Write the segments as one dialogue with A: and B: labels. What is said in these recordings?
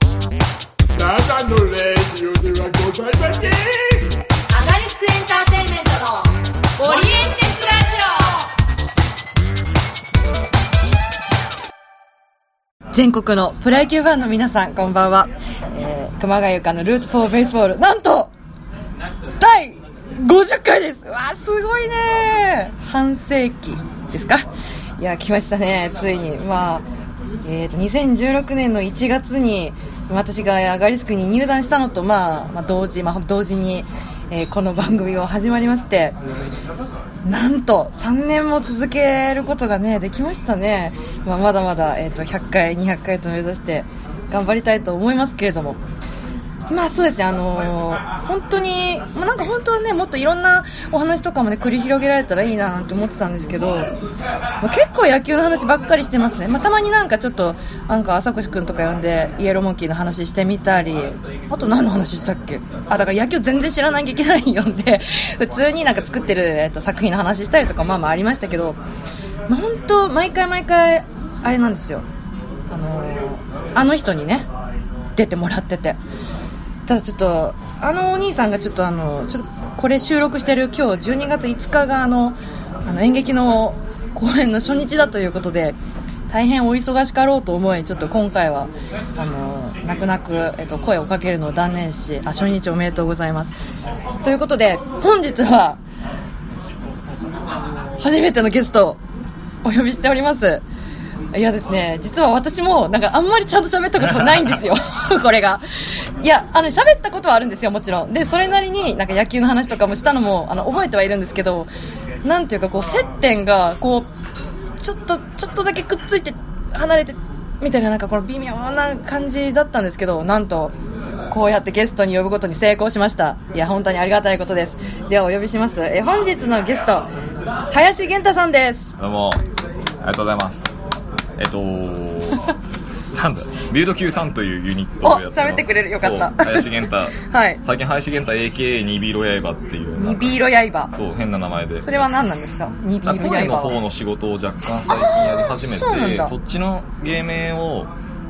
A: ただのレディオではございません
B: アガリスクエンターテインメントのオリエンテスラ
C: 全国のプロ野球ファンの皆さん、こんばんは。えー、熊谷由香のルート4ベースボール、なんと、第50回ですわー、すごいねー半世紀ですかいや、来ましたね、ついに。まあ、えーと、2016年の1月に、私がアガリスクに入団したのと、まあ、まあ、同時、まあ、同時に、えーこの番組は始まりまして、なんと3年も続けることがねできましたね、まあ、まだまだ、えー、と100回、200回と目指して頑張りたいと思いますけれども。まあそうですね、あのー本当に、まあ、なんか本当はね、もっといろんなお話とかもね、繰り広げられたらいいななんて思ってたんですけど、まあ、結構野球の話ばっかりしてますね。まあ、たまになんかちょっと、なんか朝越くんとか呼んで、イエローモンキーの話してみたり、あと何の話したっけあ、だから野球全然知らない劇団員呼んで、普通になんか作ってる、えっと、作品の話したりとか、まあまあありましたけど、まあ、本当、毎回毎回、あれなんですよ。あのーあの人にね、出てもらってて。ただちょっとあのお兄さんがちょっとあのちょっとこれ収録してる今日12月5日があのあの演劇の公演の初日だということで大変お忙しかろうと思いちょっと今回はあの泣く泣く、えっと、声をかけるのを断念しあ初日おめでとうございますということで本日は初めてのゲストをお呼びしておりますいやですね、実は私も、なんかあんまりちゃんと喋ったことないんですよ、これが。いや、あの、喋ったことはあるんですよ、もちろん。で、それなりに、なんか野球の話とかもしたのも、あの、覚えてはいるんですけど、なんていうか、こう、接点が、こう、ちょっと、ちょっとだけくっついて、離れて、みたいな、なんかこの微妙な感じだったんですけど、なんと、こうやってゲストに呼ぶことに成功しました。いや、本当にありがたいことです。では、お呼びします。え、本日のゲスト、林源太さん です。
D: どうも、ありがとうございます。えっ と、なんだ、ビルド Q さんというユニットをやってます
C: お喋ってくれるよかった
D: そう林源太。
C: はい
D: 最近林源太 AKA ニビロヤイバっていう。
C: ニビーロ刃。
D: そう、変な名前で。
C: それは何なんですかニビ
D: なん
C: ー
D: か
C: ル
D: 声の
C: 刃
D: 方
C: を
D: の仕事を若干最近やり始め
C: あーそうなん
D: て、
C: だ
D: そっちの芸名を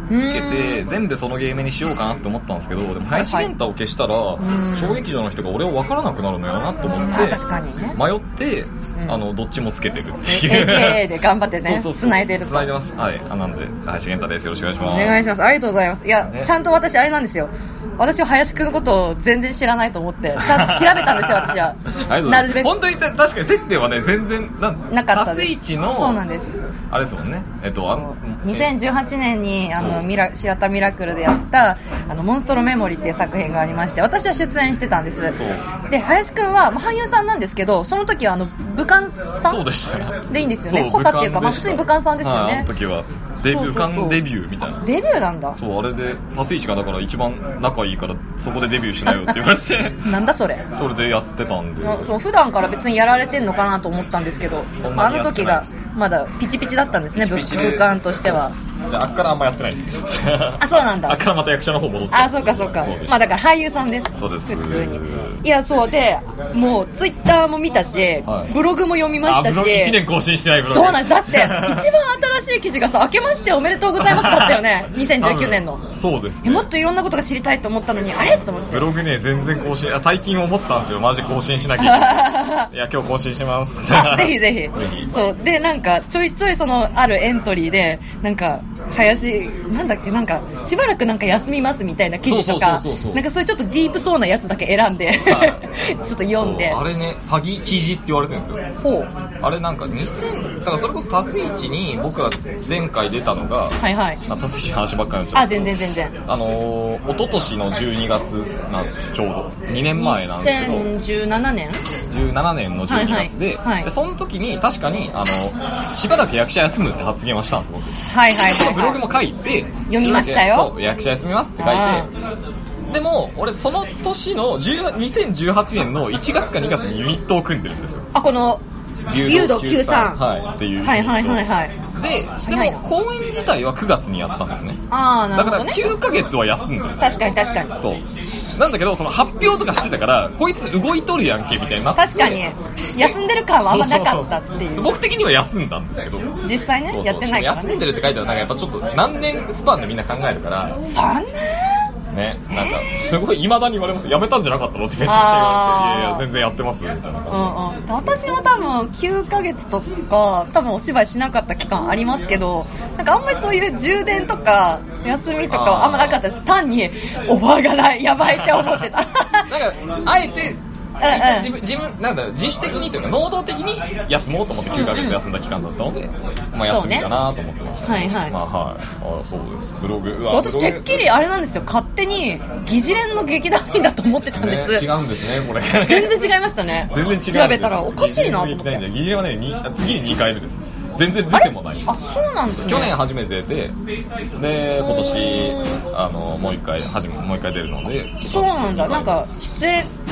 D: つけて、全部その芸名にしようかなって思ったんですけど、でも林源太を消したら、
C: ん
D: 小劇場の人が俺を分からなくなるのやなと思って、
C: あ確かにね
D: 迷って、
C: ん
D: あの、どっちもつけてるっていう。
C: AKA で頑張ってね
D: そうそうそう
C: 繋いでると
D: 繋いでます。はい。あなんで、林源太です。よろしくお願いし
C: お
D: ます。
C: 願いしますありがとうございますいや、
D: ね
C: ちゃんと私あれなんですよ私は林くんのことを全然知らないと思ってちゃんと調べたんですよ私は
D: ありがとうご
C: ない
D: ざま
C: る
D: す。
C: べ
D: 本
C: く
D: 当にた確かに接点はね、全然、なん
C: なかった
D: 達成
C: です
D: 値の、
C: そうなんです
D: あれですもんね。えっと、あん
C: 2018年にあ
D: そ
C: の
D: う
C: ミラシアターミラクルでやった「あのモンストロメモリー」っていう作品がありまして私は出演してたんです
D: う
C: で林くんは、まあ、俳優さんなんですけどその時はあの武漢さん
D: そうでしたね。
C: でいいんですよね
D: そう
C: 補佐っていうかま
D: 武漢でした
C: あ普通に武漢さんですよね
D: はいあの時は、デビ
C: そうそうそ
D: ュー、武
C: う
D: 漢デビューみたいな。
C: デビューなんだ
D: そう、あれで、達成値がだから一番仲いいから、そこでデビューしなよって言われて、
C: なんだそれ
D: それでやってたんで。
C: まあそう普段から別にやられてんのかなと思ったんですけど
D: そんなに
C: まああの時が
D: やって
C: まだピチピチだったんですね
D: ピ
C: 武
D: チピチで
C: 漢としては
D: であっからあんまやってないです。
C: あそうなんだ
D: あっからまた役者の方戻っちゃ
C: あそうかそうか
D: です
C: まあだから俳優さんです
D: そうです
C: 普通にいやそうでもうツイッターも見たし、
D: はい
C: ブログも読みましたし
D: あブログ1年更新してないブログ
C: そうなんですだ って一番新しい記事がさ「明けましておめでとうございます」だったよ ね2019年の
D: 多分そうです
C: え
D: ね
C: もっといろんなことが知りたいと思ったのにあれと思っ て
D: ブログね全然更新あ最近思ったんですよマジ更新しなき ゃいけないいや今日更新します
C: あ ぜひぜ
D: ぜ
C: ひ。
D: ひ
C: そう。で、なんか、ちょいちょいその、あるエントリーで、なんか、林、なんだっけ、なんか、しばらくなんか休みますみたいな記事とか
D: そうそうそうそうそ、う
C: なんかそういうちょっとディープそうなやつだけ選んで、 ちょ
D: は
C: っと読んで
D: そう。あれね詐欺記事って言われてるんですよ
C: ほう。
D: あれなんか2000だからそれこそ達成値に僕が前回出たのが、
C: はいはい。
D: あ達成値の話ばっかりになっちゃう
C: あ、全然全然。
D: あのー、一昨年の12月なんですよちょうど2年前なんですけど
C: 2017年
D: 17年の12月で,、
C: はいはいはい
D: でその時に確かにあのしばらく役者休むって発言はしたんです僕
C: はいはいはいはい。
D: ブログも書いて
C: 読みましたよ
D: そう役者休みますって書い
C: あ
D: てでも俺その年の10 2018年の1月か2月にユニットを組んでるんですよ
C: あ、この、ビュード Q さん。
D: はいっていうユニット
C: はいはいはいはい。
D: でで
C: 早いな
D: も公演自体は9月にやったんですね
C: ああ、な
D: だ
C: る
D: か
C: ほど
D: ら
C: ね。
D: 9ヶ月は休んでる
C: 確かに確かに。
D: そうなんだけどその発表とかしてたからこいつ動いとるやんけみたいになって
C: 確かに、休んでる感はあんまなかったって
D: そ
C: い。
D: そそう僕的には休んだんですけど
C: 実際
D: そ
C: ね、
D: うそう
C: やってないから
D: 休ん
C: ね。
D: でるって書いたらなんかやっぱちょっと何年スパンでみんな考えるから
C: そんな
D: ねなんかすごいいまだに言われますやめたんじゃなかったのってめちゃくちゃ
C: あー
D: 言われていやいや全然やってますみたいな感じ
C: うんうん、私も多分9ヶ月とか多分お芝居しなかった期間ありますけどなんかあんまりそういう充電とか休みとかはあんまなかったです単にオファーがないやばいって思ってた
D: なんかあえて
C: うんうん
D: 自分自分なんだろう自主的にというか能動的に休もうと思って9ヶ月休んだ期間だったので、まあ
C: そう
D: 休み
C: ね
D: かなと思ってました、
C: はいはい
D: まあはいあそうですブログうわ
C: 私
D: ブロ
C: て
D: グ
C: っきりあれなんですよ勝手に疑似連の劇団員だと思ってたんです、
D: ね、違うんですねこれ
C: 全然違いましたね
D: 全然違うんです
C: 調べたらおかしいなと思って
D: 議事はねに次に2回目です全然出てもない
C: あそうなんですね
D: 去年初めて出てで今年あのもう一回初めもう一回出るので
C: そうなんだなんか出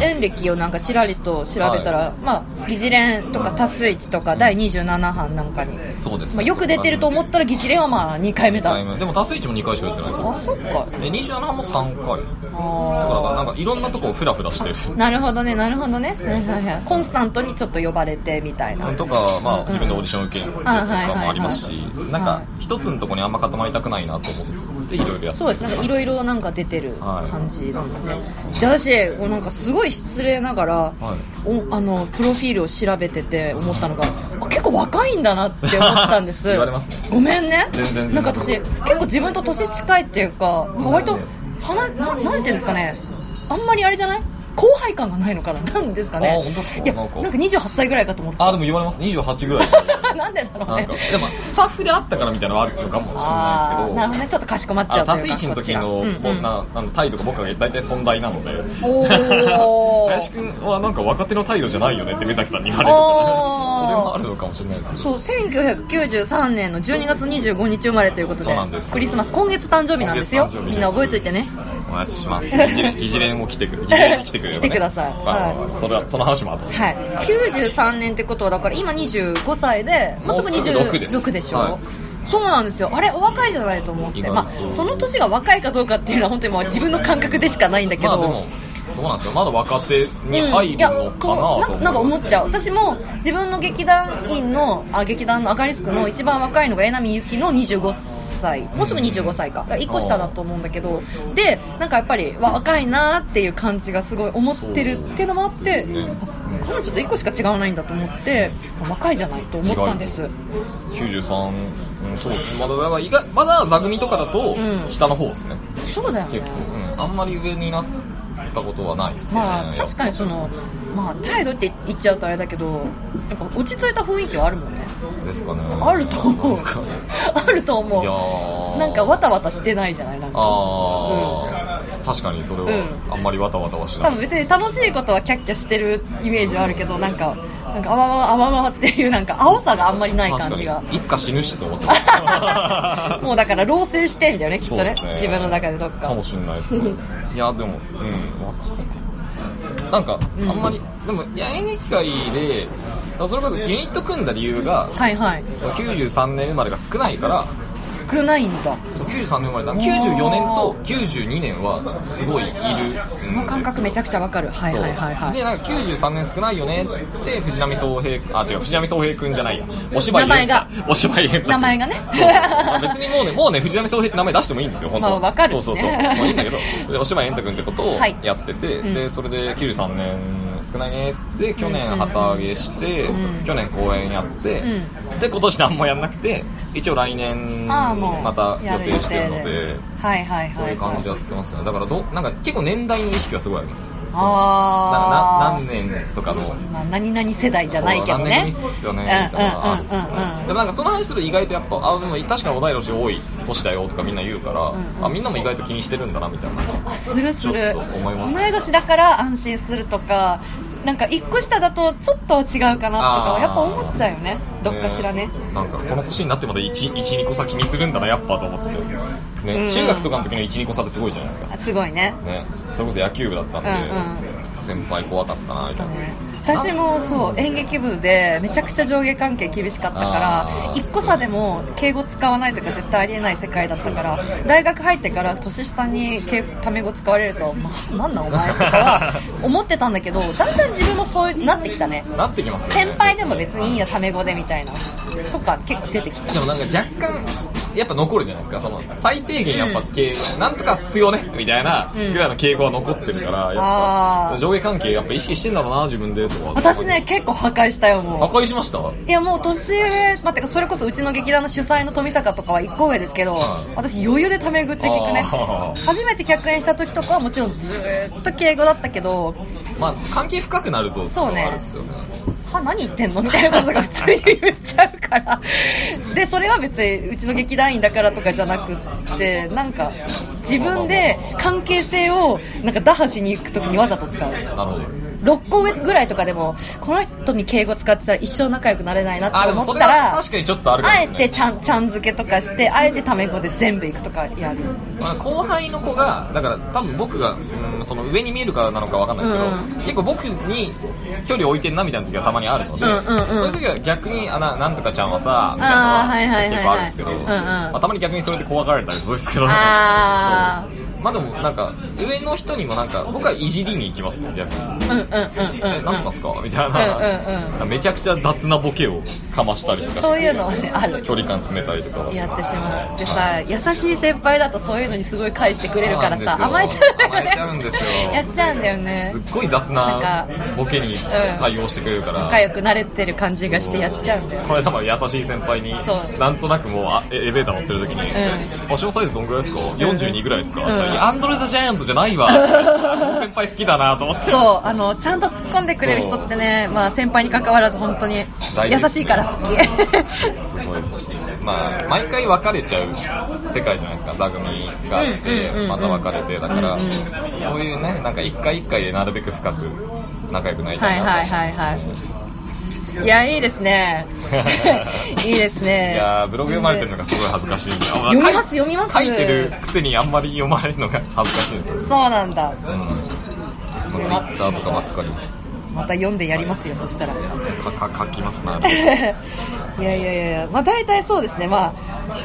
C: 演歴をなんかちらりと調べたら、
D: は
C: まあ議事連とか多数一とか第27班なんかに、
D: そうです、
C: まあ、よく出てると思ったら議事連はまあ2回目
D: 二
C: だ
D: 回目でも多数一も2回しか出てないですよ
C: あそっか
D: で27も3回だからなん
C: あ
D: かいろんなとこをフラフラしてる
C: ーなるほどねなるほどね、はいはいはい、コンスタントにちょっと呼ばれてみたいな
D: とか、
C: う
D: まあ、
C: ん
D: 自分でオーディション受けるとかもあります
C: は
D: し
C: いはいはいはい
D: なん
C: は
D: か
C: い
D: 一つのとこにあんま固まりたくないなと思っていろいろやって
C: そうですなんかいろいろなんか出てる
D: はい
C: 感じなんですね、で私もうなんかすごい失礼ながら、
D: はい
C: おあのプロフィールを調べてて思ったのがあ結構若いんだなって思ったんです
D: 言われますね
C: ごめんね
D: 全然全然
C: なんか私結構自分と年近いっていうかなんか割と話ななんていうんですかねあんまりあれじゃない後輩感がないのかな なんですかね
D: あ本当ですか
C: いや
D: な
C: なんん
D: か
C: か28歳ぐらいかと思ってた
D: あでも言われます28ぐらい
C: なんでだろう
D: なん
C: ね
D: かでもスタッフであったからみたいなのはあるのかもしれないです
C: あ
D: け
C: ー
D: ど
C: なるほどねちょっとかしこまっちゃうと
D: あの
C: いう
D: 多
C: か
D: 数一の時の、
C: こっちがうんうん
D: なあの態度が僕が大体存在なので
C: おー
D: 林くんはなんか若手の態度じゃないよねって目崎さんに言われるから
C: おー
D: それもあるのかもしれないですけど
C: そう1993年の12月25日生まれということで
D: そうなんです
C: クリスマス今月誕生日なんですよ
D: 今月誕生日です
C: みんな覚えといてね
D: お待ちしますいじれんも来て くるいじれんに来てくれれば、ね、
C: 来てください
D: まあ
C: はい
D: それはその話も後で
C: はい93年ってことはだから今25歳でもうすぐ
D: もうすぐ26
C: 26
D: で
C: ですしょ、
D: はい
C: そうなんですよあれお若いじゃないと思っ
D: 意
C: て、
D: 外
C: ま
D: と
C: あ、その年が若いかどうかっていうのは本当にもう自分の感覚でしかないんだけど、
D: まあでもどうなんですかまだ若手に
C: う
D: 入る
C: んいや
D: のかなと
C: こ
D: 思
C: うなんかなんか思っちゃう私も自分の劇団員のあ劇団のアガリスクの一番若いのが江波ゆきの25歳もうすぐ25歳か1個下だと思うんだけどでなんかやっぱりわ若いなーっていう感じがすごい思ってるっていうのもあって、
D: そうですね
C: あ彼女と1個しか違わないんだと思ってあ若いじゃないと思ったんです
D: 93、うん、そうまだだから意外まだ座組とかだと
C: うん
D: 下の方ですね、
C: そうだよね
D: 結構、うん、あんまり上になったことはないですね、
C: まあ確かにそのまあ態度って言っちゃうとあれだけどやっぱ落ち着いた雰囲気はあるもんね
D: ですかね
C: あると思う
D: なんか
C: あると
D: いや
C: 思
D: ー
C: うなんかわたわたしてないじゃないなんか
D: あー、確かにそれは、
C: うん
D: あんまりわたわたはしな
C: 多
D: い
C: 分別に楽しいことはキャッキャしてるイメージはあるけどなんかなんかあわわあわわっていうなんか青さがあんまりない感じが
D: 確かにいつか死ぬしと思ってま す
C: もうだから老成してんだよねきっと
D: そう
C: ね
D: ですね
C: 自分の中でどっか
D: かもしれないです ねいやでもうん若いななんか
C: うん
D: あんまり、でもいや演劇界でそれこそユニット組んだ理由が
C: はいはい
D: 93年生まれが少ないから
C: 少ないんだ
D: そう93年生まれだ94年と92年はすごいいるんです
C: その感覚めちゃくちゃわかるはいはいはい
D: そう
C: は
D: で
C: い
D: なんか93年少ないよねっつって藤波宗平あ違う藤波宗平君じゃないやお芝居言えた
C: 名前
D: お芝居言えた
C: 名前がね
D: そうそうそうまあ別にもうねもうね藤波宗平って名前出してもいいんですよ本当
C: まあわかるし
D: そ
C: ね
D: うそうそうもういいんだけどでお芝居円太君ってことを
C: はい
D: やってて、
C: うん
D: でそれで93年少ないねっつって去年旗揚げして、
C: うん
D: 去年公演やって、で今年何もやんなくて一応来年
C: ああもう
D: また
C: や
D: 予
C: る
D: 定してるので
C: はいはいはいはい
D: そういう感じでやってますねだからどなんか結構年代の意識はすごいあります
C: あ
D: なな
C: ー
D: 何年とかの
C: まあ、何々世代じゃないけど
D: そう何年
C: ね
D: 組っすよね
C: う
D: み
C: ん
D: たいなのがあるっすね
C: うんうんうんうん
D: でもなんかその話すると意外とやっぱあでも確かに小平氏多い年だよとかみんな言うから、
C: うんうん
D: あみんなも意外と気にしてるんだなみたいな
C: あするする
D: ちょっと思います
C: 同い年だから安心するとかなんか一個下だとちょっと違うかなとか
D: あ
C: は
D: ー
C: やっぱ思っちゃうよねどっかしらね
D: なんかこの年になってまた12個差気にするんだなやっぱと思って、ね
C: うん
D: 中学とかの時の12個差ってすごいじゃないですか
C: あすごいね
D: ね、それこそ野球部だったんで、
C: うん
D: 先輩怖かったな
C: あ
D: みた
C: と
D: いな、
C: ね私もそう演劇部でめちゃくちゃ上下関係厳しかったから
D: あー
C: 一個差でも敬語使わないとか絶対ありえない世界だったから大学入ってから年下に敬タメ語使われると「まあ、なんなんお前」とか は思ってたんだけどだんだん自分もそうなってきたね
D: なってきますよね
C: 先輩でも別にいいやタメ語でみたいなとか結構出てきた
D: でもなんか若干やっぱ残るじゃないですかその最低限やっぱ敬なんとかっすよねみたいな
C: うん
D: ぐらいの敬語は残ってるからやっ
C: あ
D: ぱ
C: ー
D: 上下関係やっぱ意識してんだろうな自分でとか
C: 私ね結構破壊したよもう
D: 破壊しましたはい
C: やもう年上、まあ、てかそれこそうちの劇団の主催の富坂とかは一個上ですけど
D: はい、
C: 私余裕でタメ口聞くね。
D: あー
C: 初めて客演した時とかはもちろんずーっと敬語だったけど、
D: まあ関係深くなると
C: そうね
D: あれですよね
C: は、何言ってんのみたいなことが普通に言っちゃう から。で、それは別にうちの劇団員だからとかじゃなくって、なんか自分で関係性をなんか打破しに行く時にわざと使う。
D: なるほど
C: 6個上ぐらいとかでも、この人に敬語使ってたら一生仲良くなれないな
D: あ
C: って
D: でも
C: 思
D: そ
C: っ
D: れ
C: た
D: は
C: ら、
D: 確かにちょっとあるかも
C: あ
D: し
C: え
D: れない
C: てちゃんちゃん付けとかしてあえてタメ語で全部行くとかやる
D: まあ後輩の子がだから多分僕が、うん、その上に見えるからなのかわかんないですけど、
C: うんうん
D: 結構僕に距離置いてんなみたいな時はたまにあるので、
C: うんうんうん
D: そういう時は逆にあななんとかちゃんはさみたい
C: あーはい
D: なの
C: はいはいはい
D: 結構あるんですけど、
C: うんうん
D: まあたまに逆にそれで怖がられたりするんですけど
C: あー
D: そうまあでもなんか上の人にもなんか僕はいじりに行きますもん逆に。
C: うんうんうんうん
D: え、
C: うん
D: なんですかみたいな、
C: うんうん
D: めちゃくちゃ雑なボケをかましたりとかして
C: そういうのはねある
D: 距離感詰めたりとかは
C: やってしまうで
D: はい
C: さ優しい先輩だとそういうのにすごい返してくれるからさ
D: そう
C: 甘え
D: なんで
C: ち
D: す
C: ゃうん
D: よ
C: だよね
D: 甘えちゃうんですよ
C: やっちゃうんだよね
D: すっごい雑な
C: なんか
D: ボケに対応してくれるから、
C: 仲良くなれてる感じがしてやっちゃうんだよ
D: この間も優しい先輩に
C: そう
D: なんとなくもうあエレベーター乗ってる時に
C: う
D: 「足、のサイズどんぐらいですか ?42 ぐらいですか
C: うん
D: いやアンドレ・ザ・ジャイアントじゃないわ」 先輩好きだなと思って
C: そうあのちゃんと突っ込んでくれる人ってね、まあ、先輩に関わらず本当に
D: 大事ですね
C: 優しいから 好き
D: すごいですまあ毎回別れちゃう世界じゃないですか座組があって
C: うんうんうんうん
D: また別れてだから、
C: うんうん
D: そういうねなんか一回一回でなるべく深く仲良くなりたいなと思
C: はいはいはいはいいやいいです ねいいですね
D: いやーブログ読まれてるのがすごい恥ずかしいんで
C: 読みます読みます
D: 書いてるくせにあんまり読まれるのが恥ずかしいんですよ、
C: そうなんだ
D: うん、もうツイッターとかばっかり
C: また読んでやりますよそしたら
D: かか書きますな
C: いやいやいやいやまあ大体そうですねまあ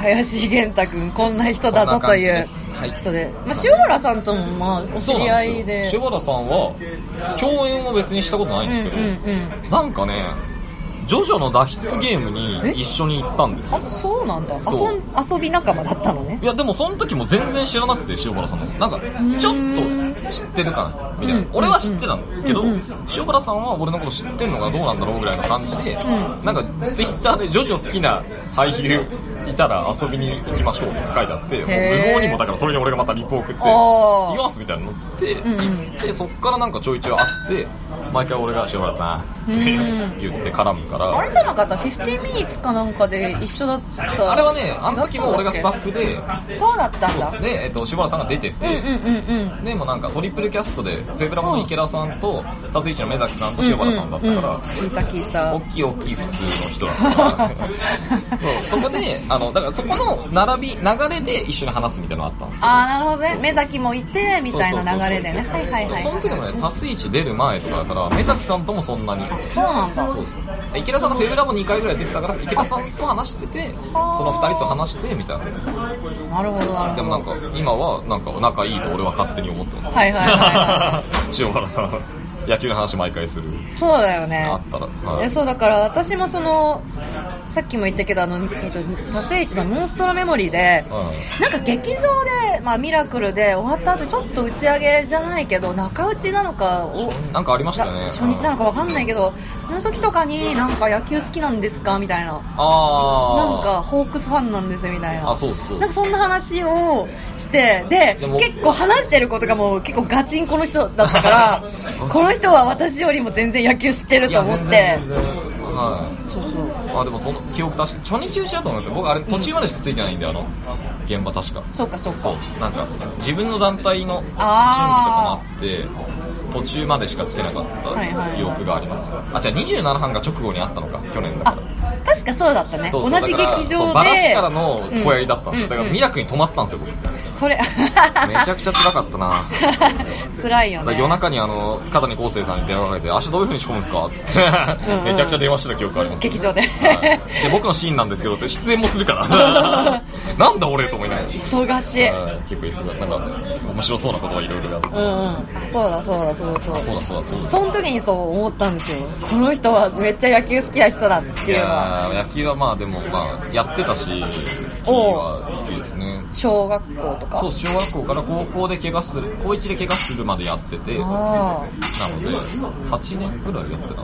C: 林源太君こんな人だぞとい
D: こんな感じ
C: う
D: ですはい
C: 人で、まあ、塩原さんともまあお知
D: そう
C: り
D: な
C: 合
D: ん
C: い
D: で
C: です
D: よ柴田さんは共演は別にしたことないんですけど、
C: うんうん
D: なんかねジョジョの脱出ゲームに一緒に行ったんです
C: うんあ
D: よ
C: そうなんだ遊
D: そうん
C: 遊び仲間だったのね
D: いやでもその時も全然知らなくて塩原さんのなんか
C: ん
D: ちょっと知ってるかなみたいな、
C: うん
D: 俺は知ってたんだけど、
C: うんうん
D: 塩原さんは俺のこと知ってんのかどうなんだろうぐらいの感じで、
C: う
D: なんかツイッターでジョジョ好きな俳優いたら遊びに行きましょうって書いてあってもう
C: へー
D: 無謀にもだからそれに俺がまたリポ送って「
C: あー
D: います」みたいなの乗って
C: うんうん
D: 行ってそっからなんかちょいちょい会って毎回俺が塩原さんって
C: うん
D: 言って絡むから
C: あれじゃなかった15ミニッツかなんかで一緒だった
D: あれはねあの時も俺がスタッ
C: 違
D: フ
C: っ
D: で
C: たんだっけそうだったん
D: そう
C: だ
D: ですで、えっと、柴原さんが出てて、
C: うんうんうんうん
D: でもなんかトリプルキャストでフェブラモの池田さんとタスイチの目崎さんと塩原さんだったから、
C: うんうん聞いた聞いた
D: 大きい大きい普通の人だったから そうそこであのだからそこの並び流れで一緒に話すみたいなのあったんですけど
C: ああなるほどね目先もいてみたいな流れでね
D: そ
C: は
D: うそう
C: い
D: そう
C: はいはい
D: その時もねタスイチ出る前とかだから目崎さんともそんなに
C: そうなんだ
D: そうです池田さんのフェブラも2回ぐらい出てたから池田さんと話しててそ
C: はあ
D: の2人と話してみたいな
C: なるほどなるほど
D: でもなんか今はなんか仲いいと俺は勝手に思ってます、
C: はいはいはいは
D: 塩原さん野球の話毎回する
C: そうだよね
D: あったらはい
C: えそうだから私もそのさっきも言ったけどあの、えっと、多世一のモンストロメモリーで、
D: う
C: なんか劇場で、まあ、ミラクルで終わった後ちょっと打ち上げじゃないけど中打ちなのかを
D: なんかありましたよね
C: 初日なのかわかんないけどその時とかになんか野球好きなんですかみたいななんか
D: あ
C: ホークスファンなんですよみたいな
D: あそうそう
C: なんかそんな話をしてで
D: でも
C: 結構話してることがもう結構ガチンコの人だったから
D: ガチンコ
C: この人は私よりも全然野球知って
D: あ
C: ると思って
D: いや全然全然はい
C: そうそう
D: あでもその記憶確か初日中止だと思うんですよ僕あれ途中までしかついてないんで、あの現場確か
C: そうかそう
D: そう
C: か
D: ですなんか自分の団体の準備とかも
C: あ
D: あって途中までしかつけなかった
C: はいはいはい
D: 記憶があります、あじゃあ27班が直後にあったのか去年だから
C: あ確かそうだったね
D: そうそう
C: 同じ
D: だから
C: 劇
D: そう
C: 場
D: バラ
C: で
D: シからの小やりだったんですよ、
C: うん
D: だからミラクルに泊まったんですよ僕
C: うんそれ
D: めちゃくちゃ辛かったな
C: 辛いよ
D: だから
C: ね
D: 夜中にあの片谷康生さんに電話かけて「明日どういう風に仕込むんですか?」っつって
C: うんうん
D: めちゃくちゃ電話してた記憶があります、
C: 劇場で
D: はいで僕のシーンなんですけどって出演もするか らなんだ俺と思いながら
C: 忙しい
D: はい結構忙しいなんか面白そうなことはいろいろやって
C: うんうん
D: ます、
C: あそうだそうだそうだそうだ
D: そうだそうだそうだ
C: その時にそう思ったんですよこの人はめっちゃ野球好きな人だって
D: い
C: いうの
D: や
C: は
D: ー野球はまあでもまあやってたし好きは好きですね
C: 小学校とか
D: そう小学校から高校で怪我する高1で怪我するまでやっててな
C: あー
D: ので8年ぐらいやってたのか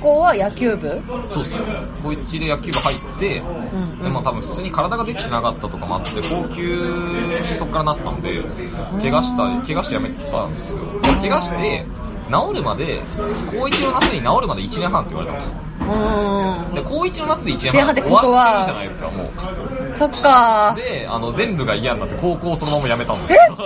C: 高校は野球部
D: なそうそう高1で野球部入って、
C: んうん
D: でまあ多分普通に体ができてなかったとかもあって高級にそっからなったんで怪我した怪我してやめたんですよ怪我して治るまで高1の夏に治るまで1年半って言われたんですよ
C: うー
D: で
C: ん
D: 高1の夏で1年
C: 前半
D: 半
C: って
D: 終
C: こと
D: わ
C: は
D: ってるじゃないですかもう
C: そっか
D: であの全部が嫌になって高校そのまま辞めたんです
C: え
D: よ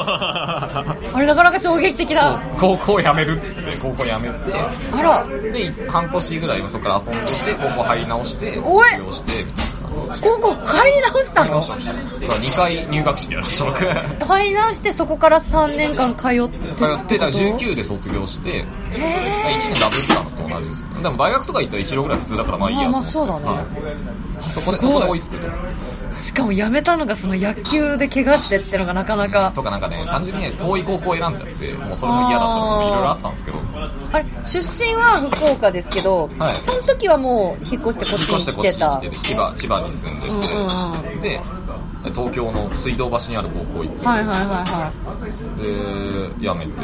C: あれなかなか衝撃的だ
D: そう高校辞めるっつって高校辞め
C: あら
D: てで半年ぐらいそこから遊んでて高校入り直して
C: おい
D: 卒業してみたいな感じで
C: 高校入り直した
D: 入り直
C: の
D: しましただから2回入学式やりました僕通
C: 入り直してそこから3年間通って
D: ってだから19
C: で
D: で卒業して1
C: へ
D: 年ダブったのと同じですでも大学とか行ったら一郎ぐらい普通だからまあいいや
C: まあまあそうだね
D: はいそこです
C: ご
D: そ
C: い
D: こで追いつくと
C: えしかも辞めたのがその野球で怪我してってのがなかなか
D: とかなんかね単純にね遠い高校選んじゃってもうそれも嫌だったのとかいろいろあったんですけど
C: あれ出身は福岡ですけど、
D: はい
C: その時はもう引っ越してこっち
D: 引っ越して
C: に
D: こ
C: 来
D: っ
C: て
D: ちに
C: た
D: 来てて千葉千葉に住んでて、
C: うんうんうん
D: で東京の水道橋にある高校行って、
C: はいはいはい
D: で辞めて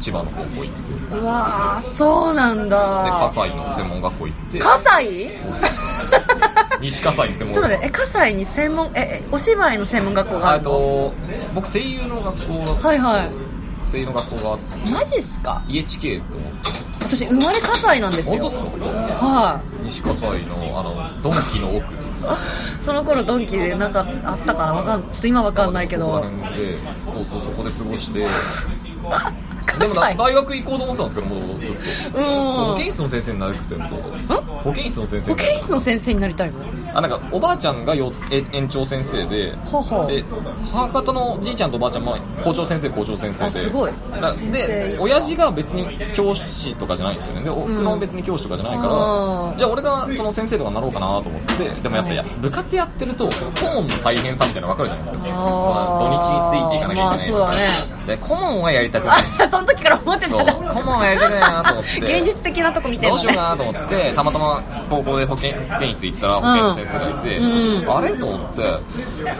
D: 千葉の高校行ってで
C: はいうわーそうなんだ
D: 葛西の専門学校行って
C: 葛西
D: そうっす西葛西の専門
C: ちょっと
D: 学
C: ね
D: 校
C: え葛西に専門ええお芝居の専門学校があ
D: あえ
C: る
D: っ
C: の
D: と僕声優の学校だった
C: はいはい
D: 声優の学校があって
C: マジっすか
D: EHK と思って
C: 私生まれ葛西なんですよ
D: 本当っすか
C: はい、
D: 西葛西のあのドンキの奥っすね
C: その頃ドンキでなんかあったかなわかんちょっと今わかんないけ
D: そこら
C: ど
D: 辺でそうそうそこで過ごして
C: 葛
D: でも
C: 西
D: な大学行こうと思ってたんですけどもうずっと
C: うん
D: 保健室の先生になりたくても保健室の先生
C: 保
D: になり
C: 健
D: たく
C: 室
D: て
C: の先生になりたいの
D: あなんかおばあちゃんがよえ園長先生で
C: ほうほう
D: で母方のじいちゃんとおばあちゃんも校長先生校長先生で
C: あすごい
D: だ
C: 先生
D: で親父が別に教師とかじゃないんですよねで僕
C: う
D: も
C: ん
D: 別に教師とかじゃないか
C: あ
D: ら、
C: ー
D: じゃあ俺がその先生とかになろうかなと思ってでもやっぱや、
C: はい
D: 部活やってるとその顧問の大変さみたいなの分かるじゃないですかそ
C: あ
D: の
C: ー
D: 土日についていかなきゃいけない、
C: まあそう
D: で顧問はやりたくない
C: あ その時から思ってたんだ
D: そう 顧問はやりたくないなと思って
C: 現実的なとこ見てる
D: ど
C: の
D: うしようかなと思って、たまたま高校で保健保健室行ったら、保健の先生がいて、
C: うんうん
D: あれと思って、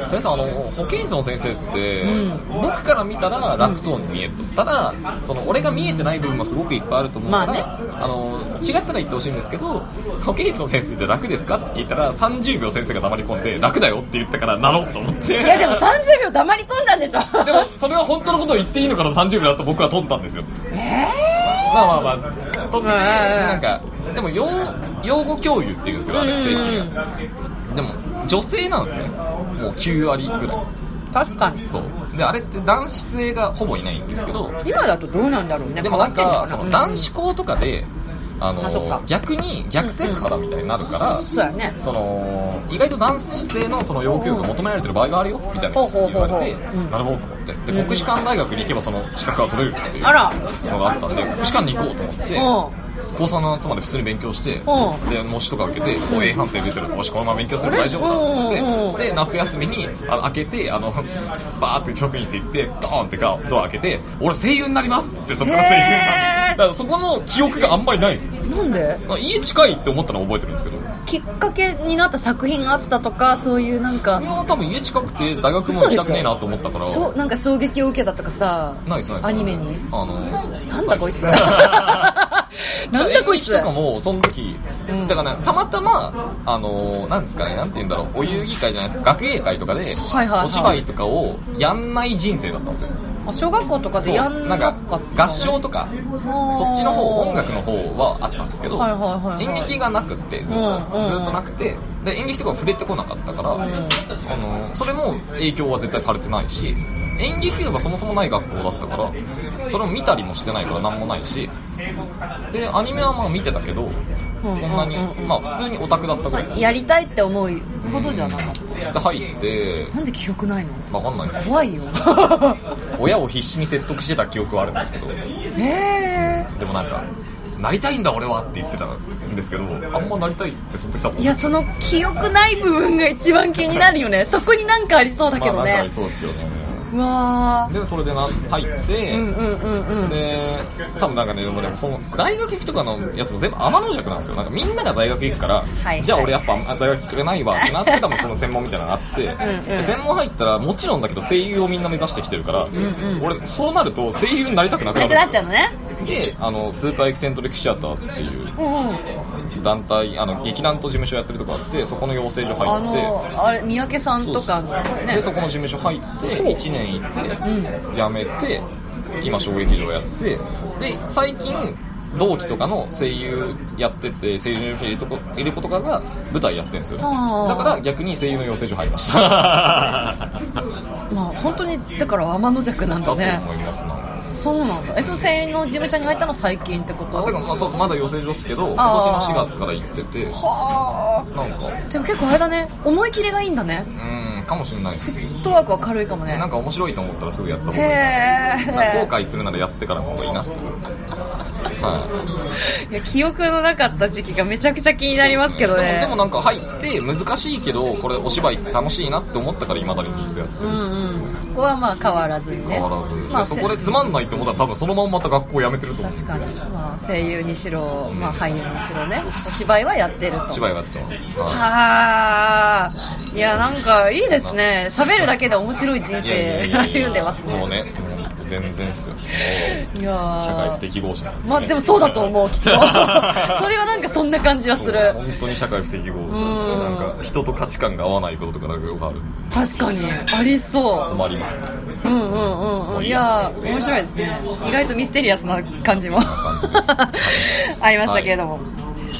D: 先生、あの、保健室の先生って、
C: うん
D: 僕から見たら楽そうに見えると。ただ、その、俺が見えてない部分もすごくいっぱいあると思うから、
C: ま
D: あの、違ったら言ってほしいんですけど、保健室の先生って楽ですかって聞いたら、30秒先生が黙り込んで、楽だよって言ったから、なろうと思って。
C: いやでも30秒黙り込んだんでしょ
D: でも、それは本当のことを言っていいのかな30秒だと僕は取ったんですよ。
C: え
D: まあまあまあ、とって、
C: うん
D: なんか、でも、養養護教諭っていうんですけど、あれ、正式
C: う
D: に
C: ん
D: は。でも、女性なんですよね。もう9割ぐらい。
C: ー、確かに
D: そう。で、あれって男子性がほぼいないんですけど、
C: 今だとどうなんだろうね
D: でもなんか、そ
C: 変わって
D: の
C: ん
D: 男子校とかで、あ
C: あそっか
D: の、逆に逆セクハラみたいになるから、
C: そうやね
D: その意外と男子性のその要求が求められてる場合があるよみたいな
C: ほうほう
D: 言
C: ほう
D: わ
C: ほう
D: れて
C: うん
D: なるほどと思って
C: うん
D: で国士舘大学に行けばその資格が取れるっていうの
C: あら
D: があったんで国士舘に行こうと思って高3の夏まで普通に勉強して
C: うん
D: で模試とか受けてこう A 判定出てるからよしこのまま勉強すれば大丈夫だと
C: うんうん
D: 思
C: う
D: っ
C: ん
D: てで夏休みにあの開けてあの バーって職員室行ってドーンってガドア開けて俺声優になりますって言ってそっから声優にな
C: へー
D: るだからそこの記憶があんまりないんですよ
C: なんで
D: まあ家近いって思ったのは覚えてるんですけど
C: きっかけになった作品があったとかそういうなん
D: い
C: か
D: や多分家近くて大学も行きたくねえなと思ったから
C: しょなんか衝撃を受けたとかさ
D: ないですないです
C: アニメに
D: あの
C: なんだこいつ
D: な
C: なんだこいつ
D: 演劇とかもその時、
C: うん
D: だからねたまたまあのなんですかねなんて言うんだろうお遊戯会じゃないですか学芸会とかで、
C: はいはいはい
D: お芝居とかをやんない人生だったんですよ
C: あ小学校とかでやんな
D: な
C: んか
D: か
C: ったの
D: 合唱とか
C: ー
D: そっちの方音楽の方はあったんですけど、
C: はいはいはいはい
D: 演劇がなくってずっと,、
C: うんうんうん
D: ずっとなくてで演劇とか触れてこなかったから、
C: うん
D: あのそれも影響は絶対されてないし演劇部がそもそもない学校だったからそれを見たりもしてないから何もないしでアニメはまあ見てたけど、
C: うん
D: そんなに、
C: うんうん
D: まあ普通にオタクだったぐらい、
C: やりたいって思うほどじゃなかっ
D: で入って
C: たなんで記憶ないの
D: わかんないです
C: 怖 いよ
D: 親を必死に説得してた記憶はあるんですけどで
C: え
D: もなんかなりたいんだ俺はって言ってたんですけどあんまなりたいってその時多分
C: ー、いやその記憶ない部分が一番気になるよねそこになんかありそうだけど
D: まあなんかあ
C: ね
D: りそうですけどね
C: うわ
D: でもそれでな入っ
C: ー
D: て、
C: うんうんうんうん
D: で多分なんかねでもねその大学行くとかのやつも全部天の弱なんですよなんかみんなが大学行くから、
C: はい
D: じゃあ俺やっぱあ大学行きたくないわってなって多分その専門みたいなのがあって
C: うんうん
D: で専門入ったらもちろんだけど声優をみんな目指してきてるから、
C: んうん
D: 俺そうなると声優になりたくなく
C: な
D: なるん
C: く
D: で
C: なっ
D: す
C: ちゃ
D: よ
C: うのね
D: であのスーパーエキセントリックシアターっていう
C: うんうん
D: 団体あの劇団と事務所やってるとこあってそこの養成所
C: あ
D: 入って
C: のあれ三宅さんとかのね
D: でそこの事務所入って1年行って
C: うん
D: 辞めて今小劇場やってで最近同期とかの声優やってて声優の事務所にいるとこいる子とかが舞台やってるんですよね
C: あー
D: だから逆に声優の養成所入り ましただ
C: まあ本当にだから天の弱なん
D: と
C: だね
D: 思いますな
C: そうなんだえその声優の事務所に入ったの最近ってこ
D: あ
C: と
D: てかまあそうまだ養成所ですけど今
C: あー
D: 年の4月から行ってて
C: は
D: なんか
C: あでも結構あれだね思い切りがいいんだね
D: うーんかもしれないです
C: フットワークは軽いかもね
D: なんか面白いと思ったらすぐやった方がいい
C: へ
D: なんか
C: え
D: 後悔するならやってからの方がいいなって思ってはい
C: いや記憶のなかった時期がめちゃくちゃ気になりますけど
D: でも
C: ね
D: でもなんか入って難しいけどこれお芝居って楽しいなって思ったから今だにずっとやって
C: う
D: る、
C: んうんそこはまあ変わらずにね
D: 変わらず、
C: まあ
D: でそこでつまんないって思ったら多分そのまんままた学校辞めてると思う
C: 確かに、まあ、声優にしろ、まあ、俳優にしろねお芝居はやってると
D: 芝居をやってます、は
C: はあいやなんかいいですね喋るだけで面白い人
D: いいや
C: 生
D: いやいや
C: 歩んでますね
D: もうねもう全然っすよもう
C: いやー
D: 社会不適合者なんすね
C: まあでもそうだと思う きっとそれはなんか そんな感じはす
D: そう
C: る
D: 本当に社会不適合
C: ん
D: なんか人と価値観が合わないこととかなんかよくあるんで
C: 確かにありそう
D: 困りますね
C: うんうんうんうんいやー面白いですね意外とミステリアスな感じも
D: な感じです
C: ありましたけれども、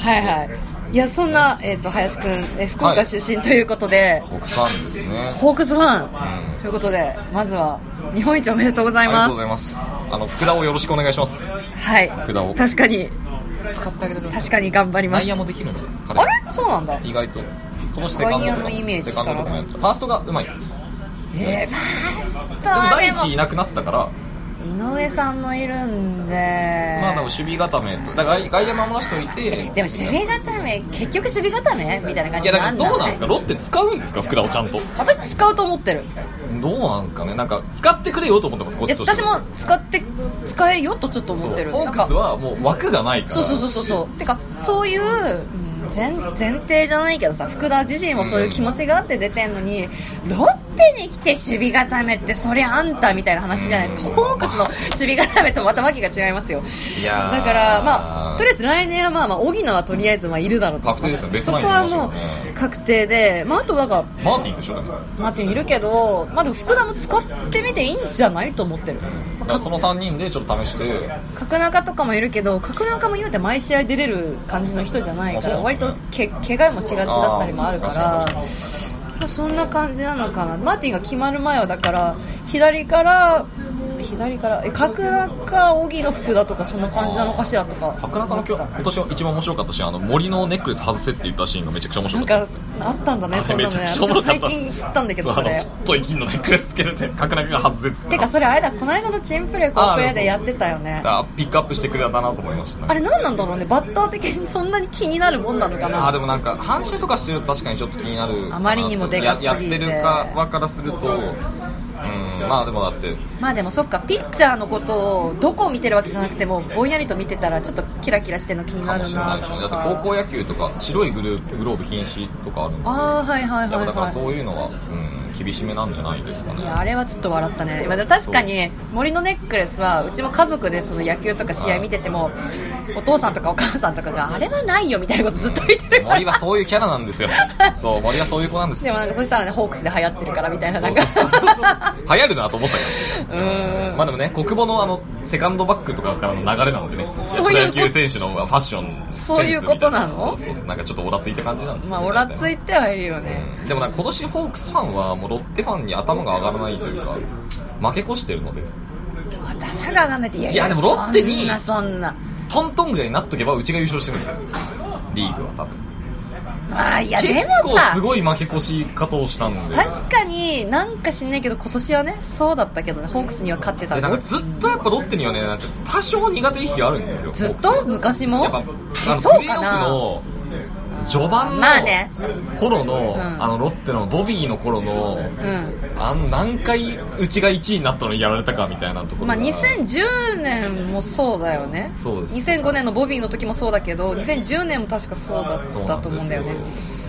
C: はい、はいいやそんな、えー、と林くんえ福岡出身ということで、
D: 僕ファンですね
C: ホークスファン
D: うん
C: ということでまずは日本一おめでとうござ
D: あ
C: い
D: りが
C: ま
D: とう
C: す
D: ございますあの福田をよろしくお願いします
C: はい
D: 福田を
C: 確かに
D: 使ってあげてください
C: 確かに頑張りま
D: 内
C: す
D: 野もできるので彼
C: あれそうなんだ
D: 意外と今年セカンドと
C: 外野
D: か
C: のイメージ
D: セカンドとかもやってるファーストがうまいですでも
C: えー、ファーストは
D: 第
C: で
D: 一いなくなったから
C: も井上さんもいるんで
D: まあ多分守備固めだから外外野守らしておいて
C: でも守備固め結局守備固めみたいな感
D: い
C: じ
D: や
C: にな
D: だから
C: ん
D: ど
C: だ
D: うなんですかロッテ使うんですか福田をちゃんと
C: 私使うと思ってる
D: どうなんですかねなんか使ってくれよと思ってますこっ
C: いや
D: ちとして
C: 私も使って使えよとちょっと思ってる
D: そうホークス
C: なんか
D: はもう枠がないから
C: そうそうそうそうそうてかそういううん前前提じゃないけどさ福田自身もそういう気持ちがあって出てんのに、ロッテに来て守備固めってそりゃあんたみたいな話じゃないですか、
D: うん
C: ホークスの守備固めとまたわけが違いますよ
D: いやー
C: だからまあとりあえず来年はまあまあ荻野はとりあえずまあいるだろうと
D: 確定ですよベストナイン
C: そこは
D: にしま
C: も
D: しょうね
C: う確定で、まあ、あとなんか
D: マーティンでしょでも
C: マーティンいるけど、まあ、でも福田も使ってみていいんじゃないと思ってる
D: だからその3人でちょっと試して
C: 角中とかもいるけど角中も言うて毎試合出れる感じの人じゃないから
D: あそう
C: 割とけ怪我もしがちだったりもあるか
D: あ
C: ら
D: ー
C: まあそんな感じなのかなマーティンが決まる前はだから左から左からえ角中荻野福田とかそんな感じなのかしらとか
D: なかなかの今日今年は一番面白かったシーンあの森のネックレス外せって言ったシーンがめちゃくちゃ面
C: な
D: 白
C: ん
D: かった
C: かあったんだねそんな
D: め
C: の
D: ちゃ
C: ね
D: く
C: 私
D: ちゃ面
C: も
D: 白か
C: 最
D: った
C: 近知ったんだけど
D: そ
C: そう
D: あの
C: れ
D: 太い金のネックレスつけてて角中が外せっつって
C: てかそれあれだこの間のチームプレーこうプレーでやってたよね
D: あピックアップしてくれたなと思いました
C: あれ何なんだろうねバッター的にそんなに気になるもんなのかな
D: あでもなんか反射とかしてると確かにちょっと気になるかなと
C: あまりにもでかすぎて
D: ややってる側からするとうんまあでもだって
C: まあでもそっかピッチャーのことをどこを見てるわけじゃなくてもぼんやりと見てたらちょっとキラキラしてるの気に
D: か
C: な
D: も
C: る
D: しれ
C: ない
D: なで
C: と
D: す
C: か
D: ねだって高校野球とか白いグループグローブ禁止とかあるんで
C: ああはいはい
D: やっ
C: はい
D: ぱだから
C: は
D: そういうのは、うん、厳しめなんじゃないですか
C: いい
D: ね
C: やあれはちょっと笑ったねまあでも確かに森のネックレスはうちも家族でその野球とか試合見ててもお父さんとかお母さんとかがあれはないよみたいなことずっと言ってるから
D: 森はそういうキャラなんで すよそう森はそういう子なんです
C: で
D: よ
C: もなんかそしたらねホークスで流行ってるからみたいな
D: そ
C: なん
D: う
C: か
D: そうそうそう流行るなと思ったけど
C: うーん
D: まあでもね、国母のあの、セカンドバックとかからの流れなのでね、
C: そういうこと
D: プロ野球選手のファッションセンスみた
C: そういうことなの
D: そうそうそう、なんかちょっとオラついた感じなんです
C: ま
D: よ
C: あ
D: ね
C: おらついてはいるよね
D: うんでもなんか今年ホークスファンはもうロッテファンに頭が上がらないというか、負け越してるので、
C: 頭が上がんないってい
D: いやでもロッテ
C: そん
D: に
C: なそんな
D: トントンぐらいになっとけばうちが優勝してるんですよ。リーグは多分。
C: あーいや
D: 結
C: でも
D: 構
C: さ
D: すごい負け越し方をしたんで。
C: 確かになんか知んないけど今年はねそうだったけどねホークスには勝ってた
D: でなんかずっとやっぱロッテにはね、なんか多少苦手意識があるんですよ。
C: ずっ
D: ホー
C: と
D: クス
C: 昔も
D: やっぱ、あの、プ
C: そう
D: レー
C: かな
D: オフの序盤
C: まあね
D: の頃の、
C: うん
D: あの、ロッテのボビーの頃の、
C: う
D: あの、何回うちが1位になったのにやられたかみたいなところ
C: ん
D: が
C: まあ、2010年もそうだよね
D: そうです
C: 2005年のボビーの時もそうだけど2010年も確かそうだっ
D: そう
C: た
D: なん
C: と
D: で
C: 思うん
D: す
C: だよ
D: よ
C: ね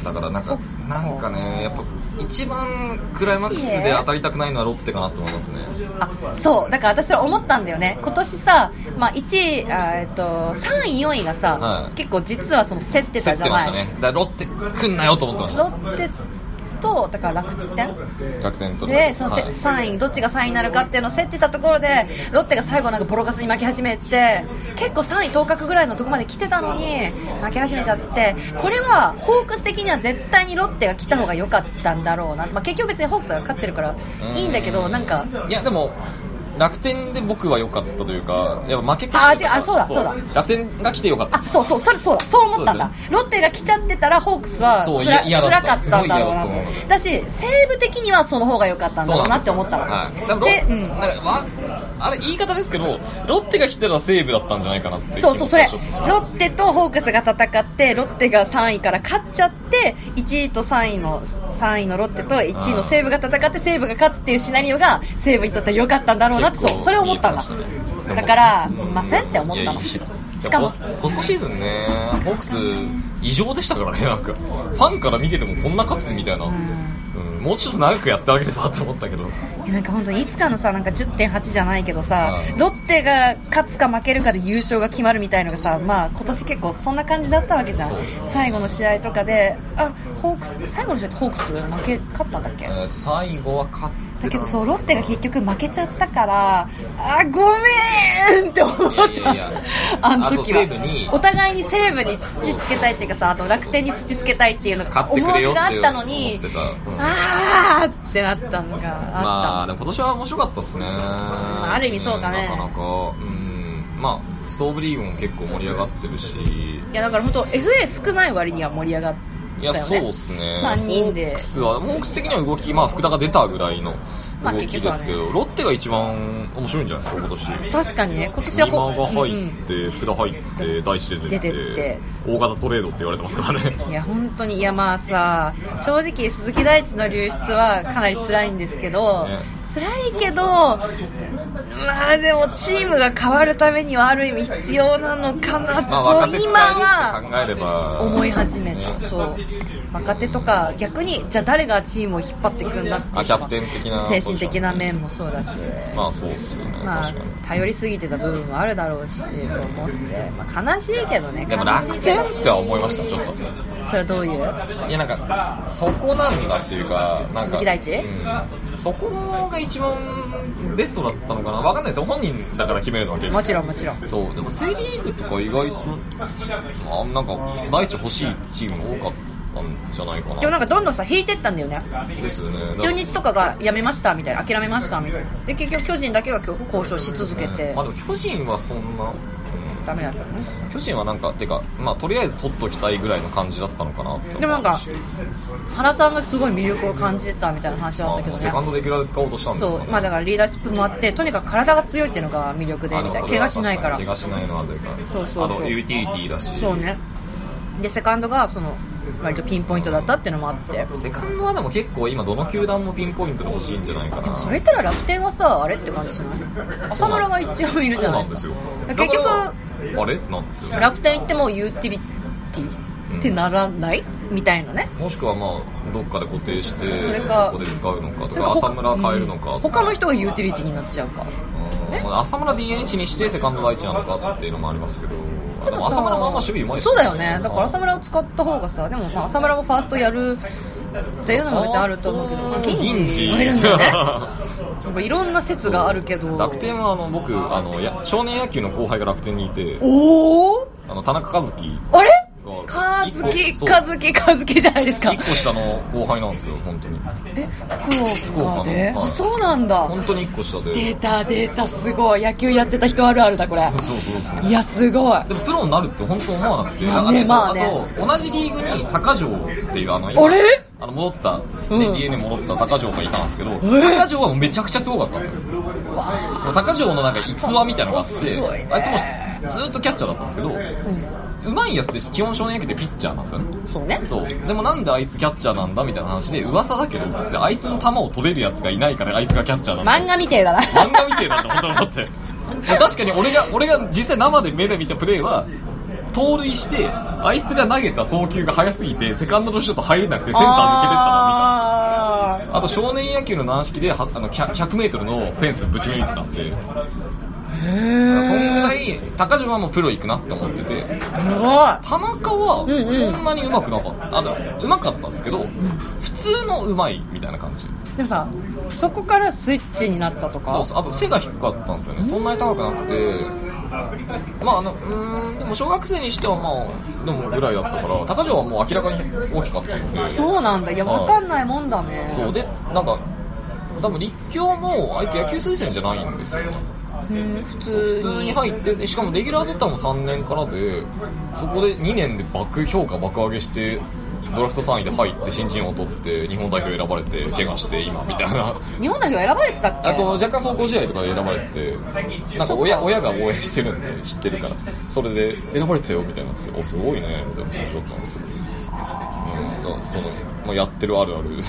D: だからなん
C: そっ
D: か
C: か
D: なんかねやっぱ一番クライマックスで当たりたくないのはロッテかなと思いますね
C: あそうだから私は思ったんだよね今年さ、まあ、1位あーえっと3位4位がさ、
D: はい
C: 結構実はその競って
D: 競
C: た
D: っ
C: じゃ
D: てま
C: な
D: し
C: い
D: たねだからロッテ来んなよと思ってまし
C: ロ
D: た
C: ッテとだから楽天
D: 逆転取
C: でその、
D: はい
C: 3位どっちが3位になるかっていうのを競ってたところでロッテが最後なんかボロカスに負け始めて結構3位当確ぐらいのとこまで来てたのに負け始めちゃってこれはホークス的には絶対にロッテが来た方が良かったんだろうな、まあ、結局別にホークスが勝ってるからいいんだけどなんか
D: いやでも楽天で僕は良かったというかやっぱ負け越
C: あ違うあそうだそうだ
D: 楽天が来て良かった
C: あそうそうそれそうだそう思ったんだ、
D: そう
C: ロッテが来ちゃってたらホークスは
D: そう
C: つ
D: い
C: ら
D: や嫌だった
C: 辛かったんだろうな
D: すごい嫌だったと思
C: と
D: う
C: だし西武的にはその方が良かったんだろうなって思ったの
D: はい、だからロ
C: で
D: ッ
C: うん
D: なんかわあれ言い方ですけどロッテが来てたら西武だったんじゃないかなってい
C: そうそうそれ
D: 気
C: ロ
D: 持ちがちょっとしました
C: ッテとホークスが戦ってロッテが3位から勝っちゃって1位と3位の3位のロッテと1位の西武が戦って西武が勝つっていうシナリオが西武にとっては良かったんだろうなって
D: 結構
C: そうそれを思ったんだ
D: いい話だね
C: だからすんませんって思った
D: いやい
C: の
D: や
C: し
D: いや
C: かも
D: ポスポストシーズンね、ホークス異常でしたからね、なんか、ファンから見ててもこんな勝つみたいな、
C: う
D: うんんもうちょっと長くやってあげればと思ったけど、
C: いやなんか本当にいつかのさなんか10.8じゃないけどさ
D: はい
C: ロッテが勝つか負けるかで優勝が決まるみたいのがさまあ今年結構そんな感じだったわけじゃ
D: そうんですね
C: 最後の試合とかであホークス最後の試合ってホークス負け勝ったんだっ
D: え
C: け
D: ー最後は勝って
C: だけどそうロッテが結局負けちゃったからあごめんって思った
D: いやいやいや
C: あの時は
D: あそう西武に
C: お互いに西武に土つけたいっていうかさあと楽天に土つけたいっていうの
D: 勝
C: が
D: って
C: 思
D: くれよ
C: 惑があ
D: ってい
C: っ
D: う
C: たのに
D: 思ってたうん
C: あーってなったのが
D: ま
C: あ
D: あ、
C: っ
D: でも今年は面白かったですね、
C: あある意味そうかね
D: なかなか、うん、まあ、ストーブリーグも結構盛り上がってるし、
C: たいやだから本当 FA 少ない割には盛り上がった
D: いや、そう
C: よね
D: っすね。
C: 3人
D: ホー
C: で
D: クスは、ホークス的には動き、まあ、福田が出たぐらいの
C: まあ
D: 動きで
C: 結
D: すけ
C: 局
D: ど、ロッテが一番面白いんじゃないですか、今年。
C: 確かにね今年は
D: 三
C: ほ
D: 馬が
C: うんう
D: 入
C: ん
D: って、福田入って、大地出てっ
C: 出
D: て
C: てって
D: 大型トレードって言われてますからね。
C: いや本当にいやまあさ正直鈴木大地の流出はかなり辛いんですけど、
D: ね
C: 辛いけどまあでもチームが変わるためにはある意味必要なのかなと、
D: まあ、若手使
C: 今
D: える
C: は
D: って考えれば、
C: 思い始めた、
D: ね
C: そう若手とか逆にじゃあ誰がチームを引っ張っていくんだっていう
D: あキャプテン的な
C: 精神的な面もそうだし
D: まあ、そうっすよね、
C: まあ
D: 確かに。
C: 頼りすぎてた部分もあるだろうしと思って、まあ、悲しいけどね
D: でも
C: 悲しい
D: 楽
C: け
D: 天
C: ど
D: っては思いました、ちょっと。
C: それはどういう
D: いや、なんか、そこなんだっていうか、なんか、
C: 鈴木大地
D: うんそこが一番ベストだったのかな、わかんないですよ、本人だから決めるのは結局
C: もちろんもちろん
D: そうでもセ・リーグとか意外とあなんか大地欲しいチーム多かったんじゃないか
C: でもな
D: なん
C: かどんどんさ引いてったんだよね
D: ですよね
C: 中日とかがやめましたみたいな諦めましたみたいなで結局巨人だけが今日交渉し続けて
D: まあでも巨人はそんな、うん
C: ダメだったのね
D: 巨人はなんかてかまあとりあえず取っときたいぐらいの感じだったのかなって思う
C: でもなんか原さんがすごい魅力を感じてたみたいな話はあ
D: あ
C: ったけ
D: も
C: ど
D: うセカンド
C: ね
D: でいくらで使おうとしたんです
C: そ
D: か、ね
C: う、まあだからリーダーシップもあって、とにかく体が強いっていうのが魅力で、みたいな。怪我しないから。
D: 怪我しないのはというか
C: そうそうそう
D: あとユーティリティだし
C: そうね。で、セカンドが、その、割とピンポイントだったっていうのもあって。
D: セカンドはでも結構今どの球団もピンポイントで欲しいんじゃないかな
C: それ言ったら楽天はさ、あれって感じしない浅村が一応いるじゃないですか。
D: そうなん
C: 結
D: ですよだ
C: 局、
D: からあれなんですよね
C: 楽天行ってもユーティリティってならない、みたいなね
D: もしくはまあどっかで固定して
C: そ
D: そ
C: れか
D: こで使うのかと
C: それ
D: か
C: 他
D: 浅村変えるのか
C: うん他の人がユーティリティになっちゃうか
D: うん浅村 DH にしてセカンド第一なのかっていうのもありますけどあでも
C: さ
D: 浅村もあんま守備うまいです
C: そうだよねだから浅村
D: は
C: を使った方がさでもまあ浅村もファーストやるっていうのも別にあると思うけど銀次もいるんだ よねなんかいろんな説があるけど
D: 楽天はあの僕あのや少年野球の後輩が楽天にいて
C: おお
D: あの田中和樹
C: あれカズキ、
D: そう
C: カズキ、カズキじゃないですか。
D: 一個下の後輩なんですよ、本当に。
C: え、福
D: 福
C: 岡
D: 岡
C: で
D: の
C: あ、そうなんだ。
D: 本当に1個下で。
C: 出た出た、すごい。野球やってた人あるあるだ、これ。
D: そうそうそう。
C: いや、すごい。
D: でもプロになるって本当思わなくて、
C: まあ
D: なんか
C: ねまあね
D: あと同じリーグに高城っていうあの
C: あれ
D: あの戻った、ね
C: うん
D: DNA 戻った高城がいたんですけど、
C: ー
D: 高城はもうめちゃくちゃすごかったんですよ。高城のなんか逸話みたいなのがあっ
C: ほんとす
D: て、
C: ごいね
D: あいつもずっとキャッチャーだったんですけど、
C: うん。
D: うまいやつって基本少年野球ってピッチャーなんですよね。
C: そうね。
D: そう。でもなんであいつキャッチャーなんだみたいな話で、噂だけど、つってあいつの球を取れるやつがいないからあいつがキャッチャーなんだ。
C: 漫画みてえだな。
D: 漫画みてえだと本当に 思って。 確かに俺が、俺が実際生で目で見たプレーは、盗塁して、あいつが投げた送球が速すぎて、セカンドのシュート入れなくてセンター抜けてったのを見たんですよ。
C: あー
D: あと少年野球の軟式で、はあの、100 100メートルのフェンスぶち抜いてたんで、
C: へ
D: そんぐら
C: い。
D: い、高島もプロ行くなって思ってて、
C: すごい。
D: 田中
C: うんう
D: は
C: ん
D: そんなに上手くなかった。あの、上手かったんですけど、普通の上手いみたいな感じ。
C: でもさ、そこからスイッチになったとか。
D: そうそうあと背が低かったんですよねそんなに高くなくてまああのうーんでも小学生にしてはまあでもぐらいだったから高城はもう明らかに大きかったので
C: そうなんだ。いや、
D: はい
C: わかんないもんだね。
D: そうでなんか多分立教もあいつ野球推薦じゃないんですよね
C: へー普
D: そう
C: 通
D: 普通に入ってでしかもレギュラー取ったのも3年からでそこで2年で爆評価爆上げしてドラフト3位で入って新人王取って日本代表選ばれて怪我して今みたいな
C: 日本代表選ばれてたっけ
D: あと若干壮行試合とかで選ばれてて、なんか親親が応援してるんで、知ってるから、それで選ばれてたよみたいになって、おすごいねみたいな感じだったんですけど、うん、だからそのまあ、やってるあるあるで、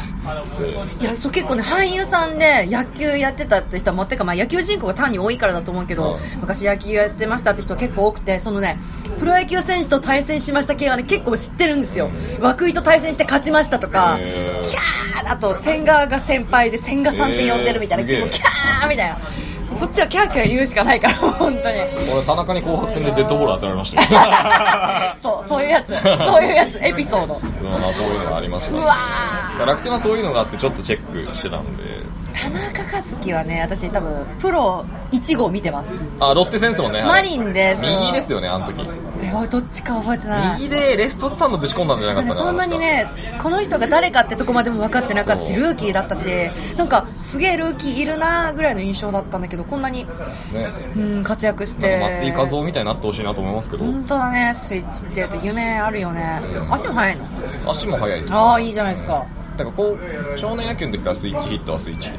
C: いやそう結構ね俳優さんで野球やってたって人はもうてかまあ野球人口が単に多いからだと思うけど、
D: はい
C: 昔野球やってましたって人は結構多くてそのねプロ野球選手と対戦しました系はね結構知ってるんですよ涌井と対戦して勝ちましたとか、
D: へー
C: キャーあと千賀が先輩で千賀さんって呼んでるみたいな、
D: へーすげえ
C: もうキャーみたいなこっちはキャーキャー言うしかないから本 当に。
D: 俺、田中に紅白戦でデッドボール当てられましたよ
C: そうそういうやつそういうやつエピソード
D: まあそういうのがありまし
C: う
D: た
C: わー
D: 楽天はそういうのがあってちょっとチェックしてたんで
C: 田中和樹はね私多分プロ1号見てます
D: あロッテ戦争ね
C: マリンでそう
D: 右ですよねあの時
C: えおいどっちか覚えてない
D: 右でレフトスタンドぶち込んだんじゃなかったか
C: そんなにね、この人が誰かってとこまでも分かってなかったし、
D: そう
C: ルーキーだったし、なんかすげえルーキーいるなぐらいの印象だったんだけど、こんなに、
D: 確かね
C: うん、活躍して、
D: なんか松井一夫みたいになってほしいなと思いますけど、
C: 本当だね、スイッチって言うと夢あるよね、足も速いの、
D: 足も速いですよ
C: ああ、いいじゃないですか、
D: だからこう少年野球の時からスイッチヒットはスイッチヒッ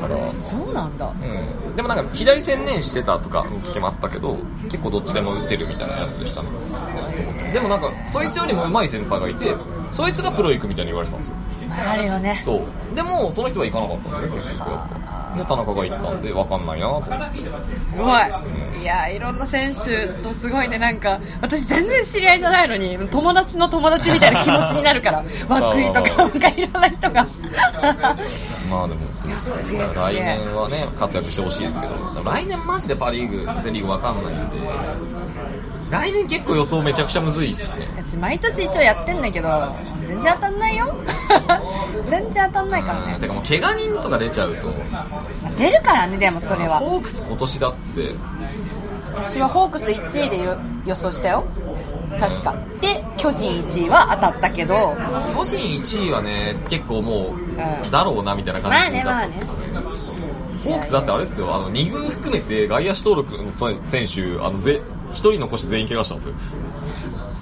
D: トだから、
C: そうなんだ、
D: うん、でもなんか左専念してたとかの時もあったけど結構どっちでも打てるみたいなやつでしたねでもなんかそいつよりも上手い先輩がいてそいつがプロ行くみたいに言われてたんですよ
C: あるよね、
D: そうでもその人は行かなかったんですよ結局やっぱで田中が行ったんで分かんないなと思って
C: すごい、いや、いろんな選手とすごいね、なんか、私、全然知り合いじゃないのに、友達の友達みたいな気持ちになる から、涌井とか、なんかいろんな人が。
D: まあでもそう
C: いやすげえすげえ
D: 来年はね活躍してほしいですけど来年マジでパ・リーグセ・リーグ分かんないんで来年結構予想めちゃくちゃむずいっすね
C: 私毎年一応やってんだけど全然当たんないよ 全然当たんないから
D: うんて
C: ね
D: かもう怪我人とか出ちゃうと
C: 出るからねでもそれは
D: ホークス今年だって
C: 私はホークス1位でよ予想したよ確かで巨人1位は当たったけど
D: 巨人1位はね結構もう、
C: ん
D: だろうなみたいな感じだったんですけどね、ホークスだってあれっすよあの2軍含めて外野手登録の選手あのぜ1人残して全員怪我したんですよ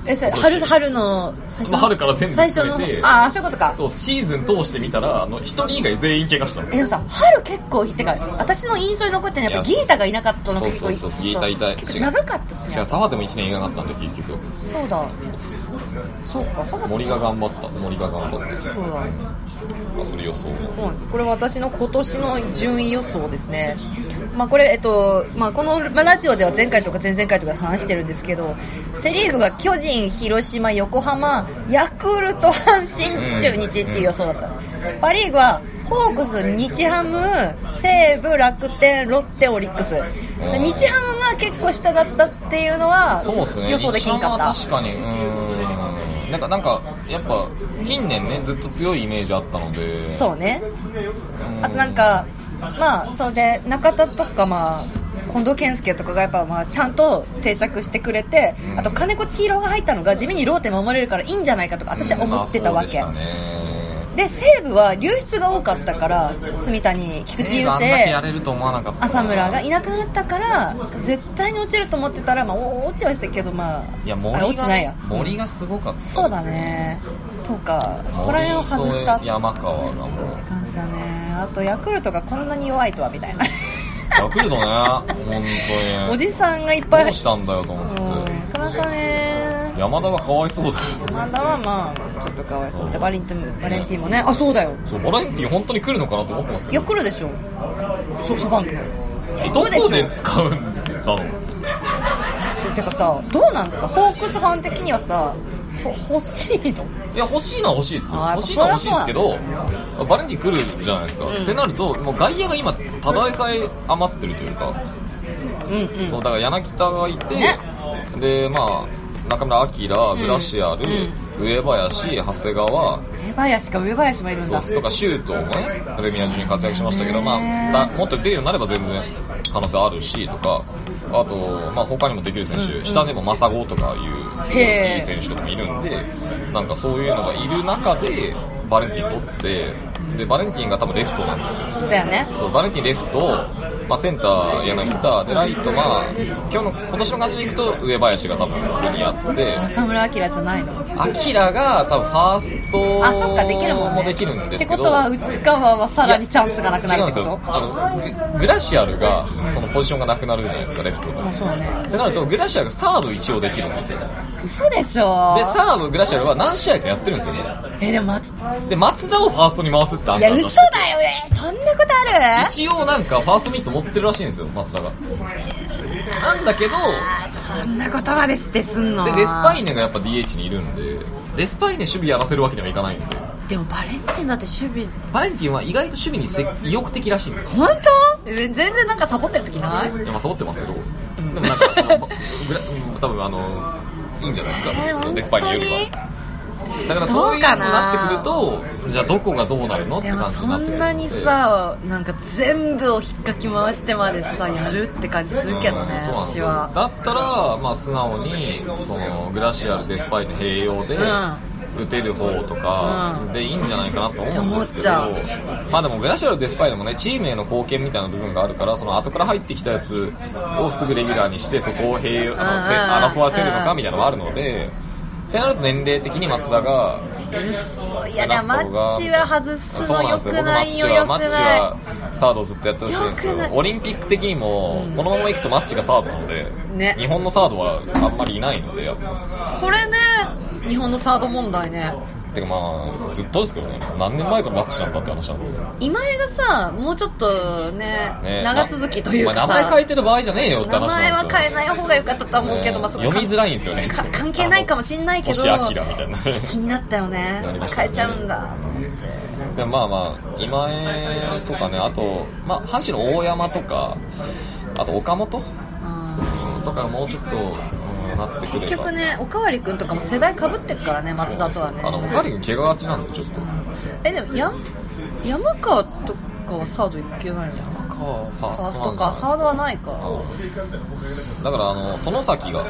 C: えそれ春春の最初の
D: まあ春から全部
C: 最初の
D: 含めて
C: ああそういうことか
D: そうシーズン通してみたらあの1人以外全員怪我したんです
C: え
D: よ
C: でもさ春結構ってか私の印象に残ってるのはやっぱギータがいなかったの
D: そう
C: 結
D: そ
C: 構
D: うそうそう、いたいたい。
C: 結構長かったです
D: 違う、
C: ね
D: 沢でも1年いなかったんで、結局。
C: そうだそうかそうだ
D: 森が頑張った、森が頑張った。
C: そうだ
D: まあ、それ予想。
C: そうなんですこれ私の今年の順位予想ですね、まあ、これ、えっとまあ、このまあラジオでは前回とか前々回とかで話してるんですけど、セ・リーグは巨人、広島、横浜、ヤクルト、阪神、中日っていう予想だった、パ・リーグはホークス、日ハム、西武、楽天、ロッテ、オリックス、日ハムが結構下だったっていうのは
D: そうですね。
C: 予想できんかった。
D: 一番は確かに、うーん。なんか、なんか、やっぱ、近年ね、ずっと強いイメージあったので。
C: そうね
D: うん
C: あとなんか、まあ、それで中田とか、まあ、近藤健介とかがやっぱまあちゃんと定着してくれて、
D: うん
C: あと金子千尋が入ったのが地味にローテ守れるからいいんじゃないかとか私は思ってたわけ、
D: うんまあそうでしたね
C: で西武は流出が多かったから住谷菊池雄
D: あんだけやれ
C: 星
D: ると思わなかったな
C: 浅村がいなくなったから絶対に落ちると思ってたら、まあ、お落ちはしたけどまあ
D: いや
C: あ
D: 森
C: れ
D: が
C: 落ちないや
D: 森がすごかったです
C: そうだねとかそこら辺を外したっ
D: 森と
C: て
D: 山川がもう
C: 感じだねあとヤクルトがこんなに弱いとはみたいな
D: ヤクル トね本当に
C: おじさんがいっぱい
D: どうしたんだよと
C: うん
D: 思って
C: なかなかね
D: 山田がかわいそうだよ
C: まだはまあちょっとかわいそう
D: そ
C: で
D: う
C: バレンティンバレンティンもねあそうだよ
D: そうバレンティン本当に来るのかなと思ってますけ
C: よ
D: ど
C: く来るでしょソフトバンク
D: ど
C: 行くでしょ
D: こで使うんだろう
C: てかさどうなんですかホークスファン的にはさほ欲しいの
D: いや欲しいのは欲しいですよ
C: あーやっぱ
D: 欲しいのは欲しいですけ
C: そ
D: どバレンティン来るじゃないですか、
C: うん
D: ってなるともう外野が今ただでさえ余ってるというか、
C: うんうん
D: そうだから柳田がいて、
C: ね
D: でまあ中村晃、
C: うん
D: グラシアル、上林長谷川
C: 上林か上林もいるん
D: そう
C: だ
D: っすとか周東もねプレミア中に活躍しましたけど、
C: ね
D: まあ、だもっと出るようになれば全然可能性あるしとかあと、まあ、他にもできる選手、
C: うんうん
D: 下でもマサゴとかいうすごい
C: へえ
D: いい選手とかもいるんでなんかそういうのがいる中でバレンティン取ってでバレンティンが多分レフトなんですよ
C: だよね
D: そうバレンティンレフト、まあ、センター柳田でライトが今日の今年の感じでいくと上林が多分普通にやって
C: 中村晃じゃないの
D: アキラが多分ファースト
C: あそっかできるもんね
D: もできるんですけど
C: ってことは内川はさらにチャンスがなくなるって
D: 違
C: こ
D: うんですよあのググラシアルがそのポジションがなくなるじゃないですかレフト
C: と
D: が
C: まあそうだね
D: ってなるとグラシアルがサード一応できるんですよ
C: 嘘でしょ
D: でサードグラシアルは何試合かやってるんですよね
C: えでもまず
D: で松田をファーストに回すってあ
C: い
D: ん
C: や
D: た
C: 嘘だよえそんなことある
D: 一応なんかファーストミット持ってるらしいんですよ松田がなんだけど
C: そんなことまでしてすんの
D: でデスパイネがやっぱ DH にいるんでデスパイネ守備やらせるわけにはいかないんで
C: でもバレンティンだって守備
D: バレンティンは意外と守備にせ意欲的らしいんですよ
C: 本当え全然なんかサボってる時ない
D: いやまあサボってますけど、
C: ん
D: でもなんかそのばぐらうん多分あのいいんじゃないですか、
C: えー
D: そのデスパイネより
C: 本
D: はだからそういうのになってくるとじゃあどこがどうなるのって
C: で
D: 感
C: も
D: じ
C: そ
D: になってく
C: ん
D: る
C: なにさなんか全部を引っかき回してまでさやるって感じするけどね
D: うんそうなんで
C: 私
D: すよ
C: は
D: だったら、まあ、素直にそのグラシアルデスパイネ併用で、打てる方とか
C: うん
D: でいいんじゃないかなと思うんですけ
C: って
D: ど、
C: 思っ
D: まあでもグラシアルデスパイネもねチームへの貢献みたいな部分があるからその後から入ってきたやつをすぐレギュラーにしてそこを併用あのせ
C: うんうん
D: 争わせるの
C: う
D: か
C: ん
D: みたいなのがあるので、ってなると年齢的に松田
C: う
D: が
C: っそいやだマッチは外す
D: そう
C: の
D: なん
C: よ
D: です
C: く
D: よ僕マ
C: ない
D: ッチ
C: よよ
D: は
C: く
D: マッチ
C: な
D: はサードをずっとやってほしいんです
C: よ
D: よ
C: くない
D: オリンピック的にも
C: うん
D: このままいくとマッチがサードなので、
C: ね
D: 日本のサードはあんまりいないのでやっぱ
C: いこれね日本のサード問題ね
D: てかまあずっとですけどね何年前からマッチなんだって話なんですよ
C: 今井がさもうちょっとね
D: ね
C: 長続きというかさ
D: お前名前変えてる場合じゃねえよって
C: 名
D: 話
C: 前
D: な
C: は
D: んですよ
C: 変えない方が良かったとは思うけど、
D: ね
C: まあ、そこ
D: 読みづらいんですよね
C: か関係ないかもしんないけど
D: 星明みたいな
C: 気になったよね
D: なりました
C: 変
D: ね
C: えちゃうんだ
D: でもまあまあ今江とかねあと、まあ、阪神の大山とかあと岡本
C: あ
D: とかもうちょっと、うんなって
C: ー
D: くれば
C: 結局ねおかわりくんとかも世代かぶってっからね松田とはね
D: あのカリ君怪我がちなんでちょっと
C: えでもや山川とかはサードいけないの
D: 山川フ
C: フ
D: ァ
C: ァ
D: ー
C: ー
D: ス
C: ス
D: ト
C: ト
D: なん
C: か
D: じ
C: サ
D: ゃ
C: ードは
D: な
C: ないいか
D: ですかだからあの外崎が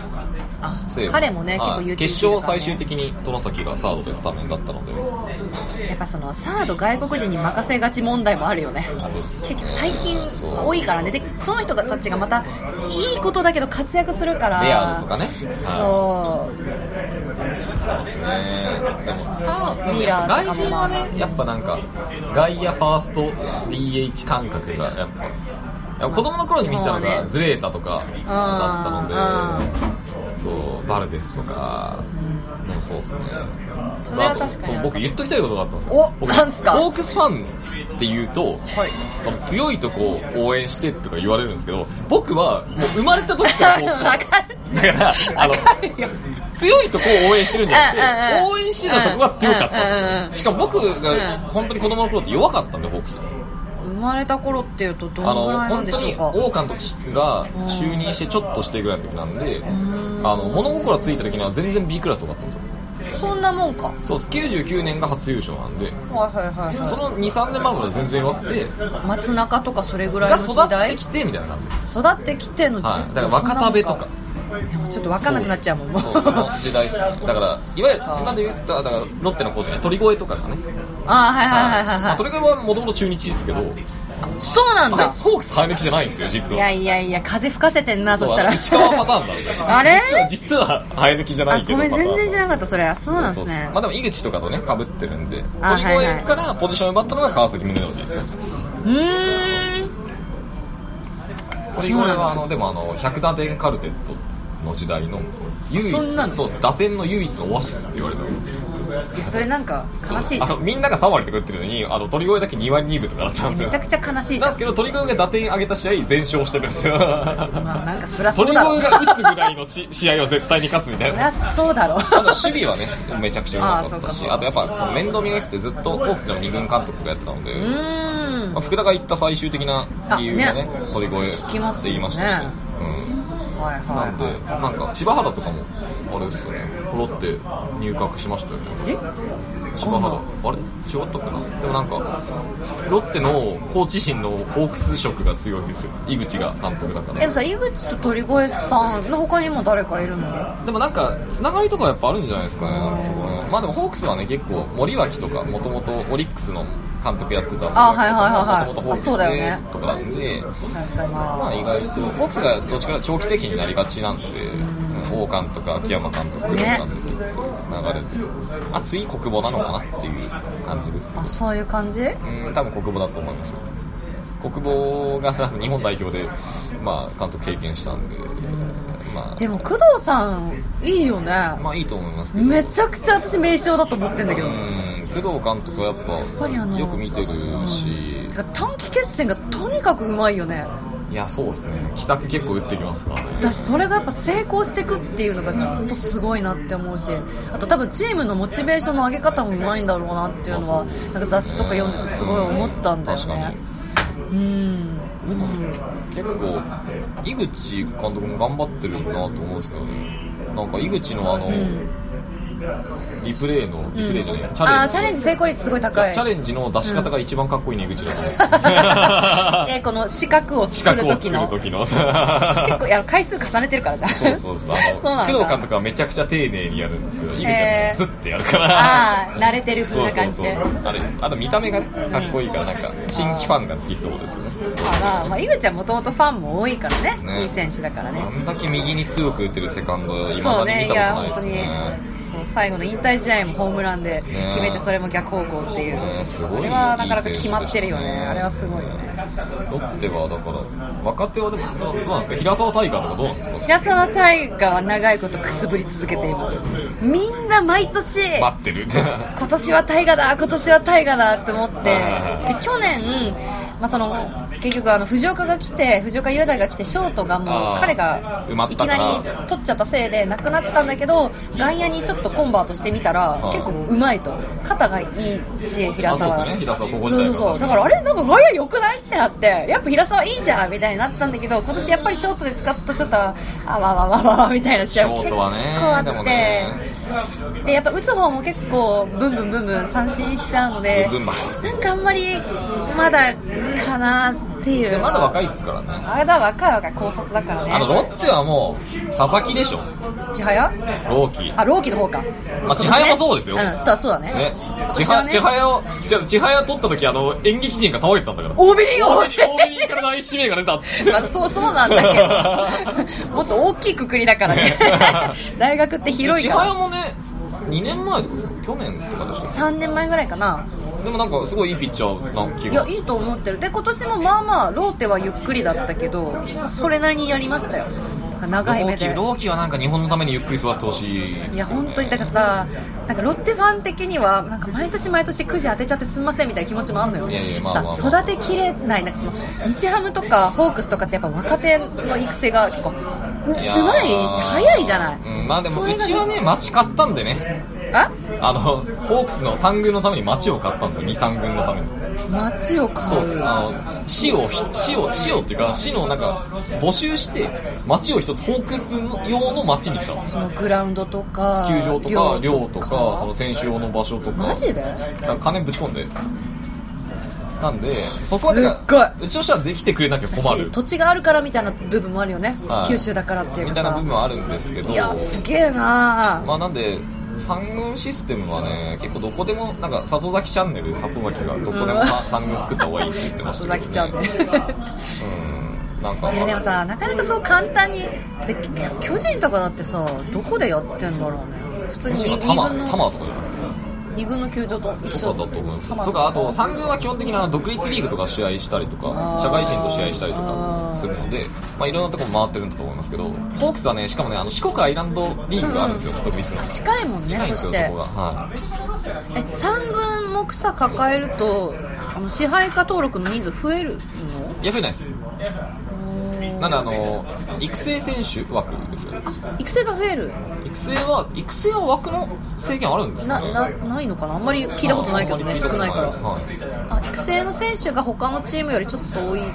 C: あ
D: 西武
C: 彼もね結
D: は
C: 構
D: い
C: 有
D: 決勝最終
C: 的
D: 的に外崎がサードでスタメンだったので
C: やっぱそのサード外国人に任せがち問題もあるよね結局最近
D: そう
C: 多いからねでその人たちがまたいいことだけど活躍するから
D: レアードとかね
C: そう
D: そうですね。でもさ、でも
C: ミ
D: や
C: ラ
D: っ
C: ー
D: ぱ
C: とかも
D: 外人はね、やっぱなんか、外野ファースト DH 感覚が、やっぱ。やっぱ子供の頃に見てたの
C: そう
D: が、
C: ね
D: ズレータとかだったので、そう、バルデスとか、
C: うん
D: でもそうですね。
C: それは
D: あと
C: 確かに
D: そう僕言っときたいことがあったんですよ。
C: お
D: 僕
C: なんすか
D: ホークスファンって言うと、その強いとこを応援してとか言われるんですけど、僕はもう生まれた時からホークスファン。
C: わかる
D: だから、あの、強いとこを応援してるんじゃな
C: うん
D: く
C: う
D: て
C: ん、うん
D: 応援してたとこが強かった
C: うんうんんう
D: で
C: ん
D: すよ。しかも僕が
C: うん
D: 本当に子供の頃って弱かったんで、ホークス。
C: 生まれた頃っていうとど
D: あ
C: のぐ
D: の
C: らいなん
D: 本
C: で
D: 当
C: しょ
D: に
C: うか
D: 王監督が就任してちょっとしてぐらいの時なんで、
C: ん
D: あの物心ついた時には全然 B クラスとかだったんですよ。
C: そんなもんか。はい
D: そうです99年が初優勝なんで
C: はいはい
D: そ
C: は
D: の23年前まで全然弱くて
C: い。松中とかそれぐらい
D: が
C: の時
D: 育っ
C: 代
D: てきてみたいな感じです
C: 育ってきての時代、
D: はいだから若田部とか
C: でもちょっとわかんなくなっちゃうもんも
D: そ うその時代ですねだからいわゆる今で言っただからロッテのコーチね鳥越とかがね
C: ああはいはいはいはい、
D: ま
C: は
D: あ
C: い
D: 鳥越はもともと中日ですけど
C: そうなん
D: あい
C: だ
D: つホークス生え抜きじゃないんですよ実
C: い
D: は
C: やいやいや風吹かせてんな
D: そ
C: そうしたら
D: あの内川パターンなんですよ
C: あれ
D: 実は実は生え抜きじゃな
C: あ
D: いけど
C: ごめん
D: パター
C: 全
D: ンなんで
C: 然知
D: すよ
C: らなかったそれあそうなんですね
D: まあでも井口とかとね被ってるんで
C: あ
D: 鳥
C: はいはい
D: 越からポジションを奪ったのが川崎宗則ですね
C: うーん
D: 鳥越はあのでもあの百打点カルテットの時代の唯一
C: そんなの
D: そうです打線の唯一のオアシスって言われてます
C: それなんか悲しいじ
D: あ
C: ゃ
D: の
C: ん
D: みんなが3割とか打ってるのにあの鳥越だけ2割2分とかだったんですよ
C: めちゃくちゃ悲しいじ
D: な
C: ゃん
D: んですけど鳥越が打点上げた試合全勝してるんですよ
C: まあなんかそりゃそうだろ
D: 鳥越が打つぐらいのち試合は絶対に勝つみた
C: そ
D: い
C: り
D: な
C: ゃそうだろ
D: あと守備はね、めちゃくちゃ良かった
C: あそう
D: し、
C: か
D: あとやっぱその面倒見が良くてずっとホークスでも二軍監督とかやってたの
C: う
D: で、
C: ーん
D: まあ、福田が言った最終的な理由がね
C: あね、
D: 鳥越って言いましたし、
C: 聞きますよね
D: うん、
C: はい
D: な
C: は
D: ん
C: い
D: で、なんか柴原とかも、あれですよね、ポロって入閣しましたよね。
C: え
D: 柴原あれ違ったかなでもなんかロッテのコーチ陣のホークス色が強いんですよ井口が監督だから
C: でもさ井口と鳥越さんの他にも誰かいるの
D: でもなんか、つながりとかやっぱあるんじゃないですかね、なんかそこねまあでもホークスはね、結構、森脇とか、もともとオリックスの監督やってた
C: あはいはいはいはい
D: もともとホークス
C: あそうだよね
D: でとかなんで、
C: 確かに
D: まあ意
C: ま
D: 外と、ホークスがどっちかというと長期的になりがちなんで、うん王監督、秋山監督、
C: ね
D: 監督って流れて、あ、次、国母なのかなっていう感じですけ
C: あ
D: ど
C: あ、そういう感じ
D: うん、多分国母だと思います。国母がさ日本代表で、まあ、監督経験したんで、まあ、
C: でも工藤さんいいよね
D: まあいいと思いますけど。
C: めちゃくちゃ私名将だと思ってんだけど
D: うん工藤監督は
C: や
D: やっ
C: っぱりあ
D: ぱ
C: の
D: よく見てる
C: うん
D: して
C: か短期決戦がとにかくうまいよね
D: いやそうですね奇策結構打ってきますからね
C: だしそれがやっぱ成功していくっていうのがちょっとすごいなって思うしあと多分チームのモチベーションの上げ方もうまいんだろうなっていうのはなんか雑誌とか読んでてすごい思ったんだよねうんうん
D: 確かに結構井口監督も頑張ってるなと思うんですけどねなんか井口のあの、
C: うん
D: リプレイのリプレイじゃない、
C: うん
D: チャレンジ
C: あーチャレンジ成功率すごい高い
D: チャレンジの 出し方が一番かっこいい ね、井口だと思う
C: えこの四角を作
D: 近
C: る
D: くを
C: 時
D: 作る
C: の
D: 時の
C: 結構いや回数重ねてるからじゃん
D: そうそうそう。あ の
C: そうなんだ
D: 工藤監督はめちゃくちゃ丁寧にやるんですけど、井口は
C: へ
D: ね
C: ー
D: スッてやるから。
C: あー慣れてる風な感じで
D: そうそうそうあれ、あと見た目がね、かっこいいから、なんか、新規ファンがつきそうですね。
C: まあ、まあ、井口はもともとファンも多いからね
D: ね
C: いい選手だからね
D: あんだけ右に強く打てるセカンド、今
C: そう
D: まで
C: ね
D: 見
C: い
D: た
C: や
D: ことな
C: 本
D: いで
C: 当
D: す
C: に
D: ね。
C: そう最後の引退試合もホームランで
D: ね
C: 決めてそれも逆方向っていう、
D: ねすごい
C: あれはなかなか決まってるよ
D: いい
C: ね
D: 選手でしたね
C: あれはすごいよね
D: ロッテはだから、若手はでも、どうなんですか平沢大河とかどうなんですか
C: 平沢大河は長いことくすぶり続けていますみんな毎年
D: 待ってる。
C: 今年は大河だ今年は大河だって思って
D: はいはいはい
C: で去年、まあ、その結局あの藤岡が来て藤岡雄大が来てショートがも
D: あ
C: う
D: ー
C: 彼が
D: 埋まっ
C: い
D: た
C: き
D: か
C: な
D: ら
C: り取っちゃったせいでなくなったんだけど外野にちょっとコンバートしてみたら
D: はい
C: 結構うまいと肩がいいし平沢
D: あそうですね平沢高校時
C: そう
D: 代
C: そう
D: から
C: そうだからあれなんか外野良くないってなってやっぱ平沢いいじゃんみたいになったんだけど今年やっぱりショートで使ったちょっとあわわわわわみたいな試合も
D: ショ
C: 結構
D: ートはね
C: あって、
D: でもね
C: でやっぱ打つ方も結構ブンブンブンブン三振しちゃうので
D: ブンブンバン
C: なんかあんまりまだかなってい
D: で
C: う
D: まだ若いっすからね。
C: あれだ若い若い高卒だからね
D: あの、ロッテはもう、佐々木でしょ。
C: 千早
D: ローキー。
C: あローキの方か
D: まあ、千早もそうですよ。
C: うんそうそうだね
D: ね
C: 今、
D: 千
C: 年は
D: 早、
C: ね
D: 千早を、じゃあ千早取った時、あの、演劇陣が騒いでたんだから。
C: 大ビリが多い
D: 大ビリ から第一指名が出たっつって。
C: まあ、そうそうなんだ けどもっと大きいくくりだからね大学って広い
D: 千
C: か
D: 早
C: ら
D: もね、2年前とかですか去年とかでし
C: 3年前ぐらいかな
D: ょでもなんか、すごいいいピッチャーな気
C: い
D: が
C: や。いいと思ってるで今年もまあまあローテはゆっくりだったけどそれなりにやりましたよ長い目で
D: ローキーローキーはなんか日本のためにゆっくり育ってほしいですよね、
C: いや本当にだからさなんかロッテファン的にはなんか毎年毎年くじ当てちゃってすみませんみたいな気持ちもあるのよ
D: いやいやまあまあ
C: さ
D: まあまあ
C: 育てきれないなんかその日ハムとかホークスとかってやっぱ若手の育成が結構うう
D: やー
C: まいし早いじゃない、
D: うんまあでも、
C: そうれが
D: ちはね、待ち買ったんでね。
C: あ
D: あの、ホークスの3軍のために町を買ったんですよ、2、3軍のために。
C: 街を
D: そ
C: 買
D: う
C: う
D: です。あの、市を、市を、市をっていうか、市のなんか、募集して、町を一つ、ホークス用の町にしたんです
C: そ
D: よ。
C: のグラウンドとか
D: 球場とか、寮とか、その選手用の場所とか。
C: マジで
D: だから金ぶち込んで。なんで、そこは
C: すっ
D: うちとしてはできてくれなきゃ困
C: 私
D: る。
C: 土地があるからみたいな部分もあるよね、
D: はい
C: 九州だからっていう
D: み
C: か
D: たいな部
C: さ
D: 分はあるんですけど。
C: いやすげえな
D: まあなんで、三軍システムはね、結構どこでも、なんか、里崎チャンネルで里崎がどこでもさ
C: うん
D: 三軍作った方がいいって言ってましたけど、
C: 里
D: ね。
C: 崎チャンネ
D: うん。なんか、
C: いやでもさなかなかそう簡単にで巨人とかだってさどこでやってんだろうね普通
D: も
C: に
D: ちろん
C: 二
D: 玉
C: 軍の
D: 玉とかじゃないですか。
C: 二軍の球場と一緒
D: とかだと思います。
C: 多摩
D: とか、あと、三軍は基本的にあの独立リーグとか試合したりと
C: あ
D: か
C: ー、
D: 社会人と試合したりと
C: あ
D: か
C: ー
D: するので、まあいろんなとこ回ってるんだと思いますけど、ホークスはね、しかもね、あの四国アイランドリーグがあるんですよ、
C: うんうん
D: 独立の。
C: 近いもんね
D: 近いんです
C: そし
D: よ、
C: て
D: そこが。はい。
C: え三軍も草抱えるとあの支配下登録の人数増える
D: いや、増えないです。
C: の
D: なんで、あの、育成選手枠ですよね。
C: 育成が増える
D: 育成は、育成は枠の制限あるんですか
C: な
D: ね
C: なないのかなあんまり聞いたことないけど
D: あんま
C: ね
D: り聞
C: 少
D: たこと
C: ないから、
D: はい
C: あ育成の選手が他のチームよりちょっと多いみ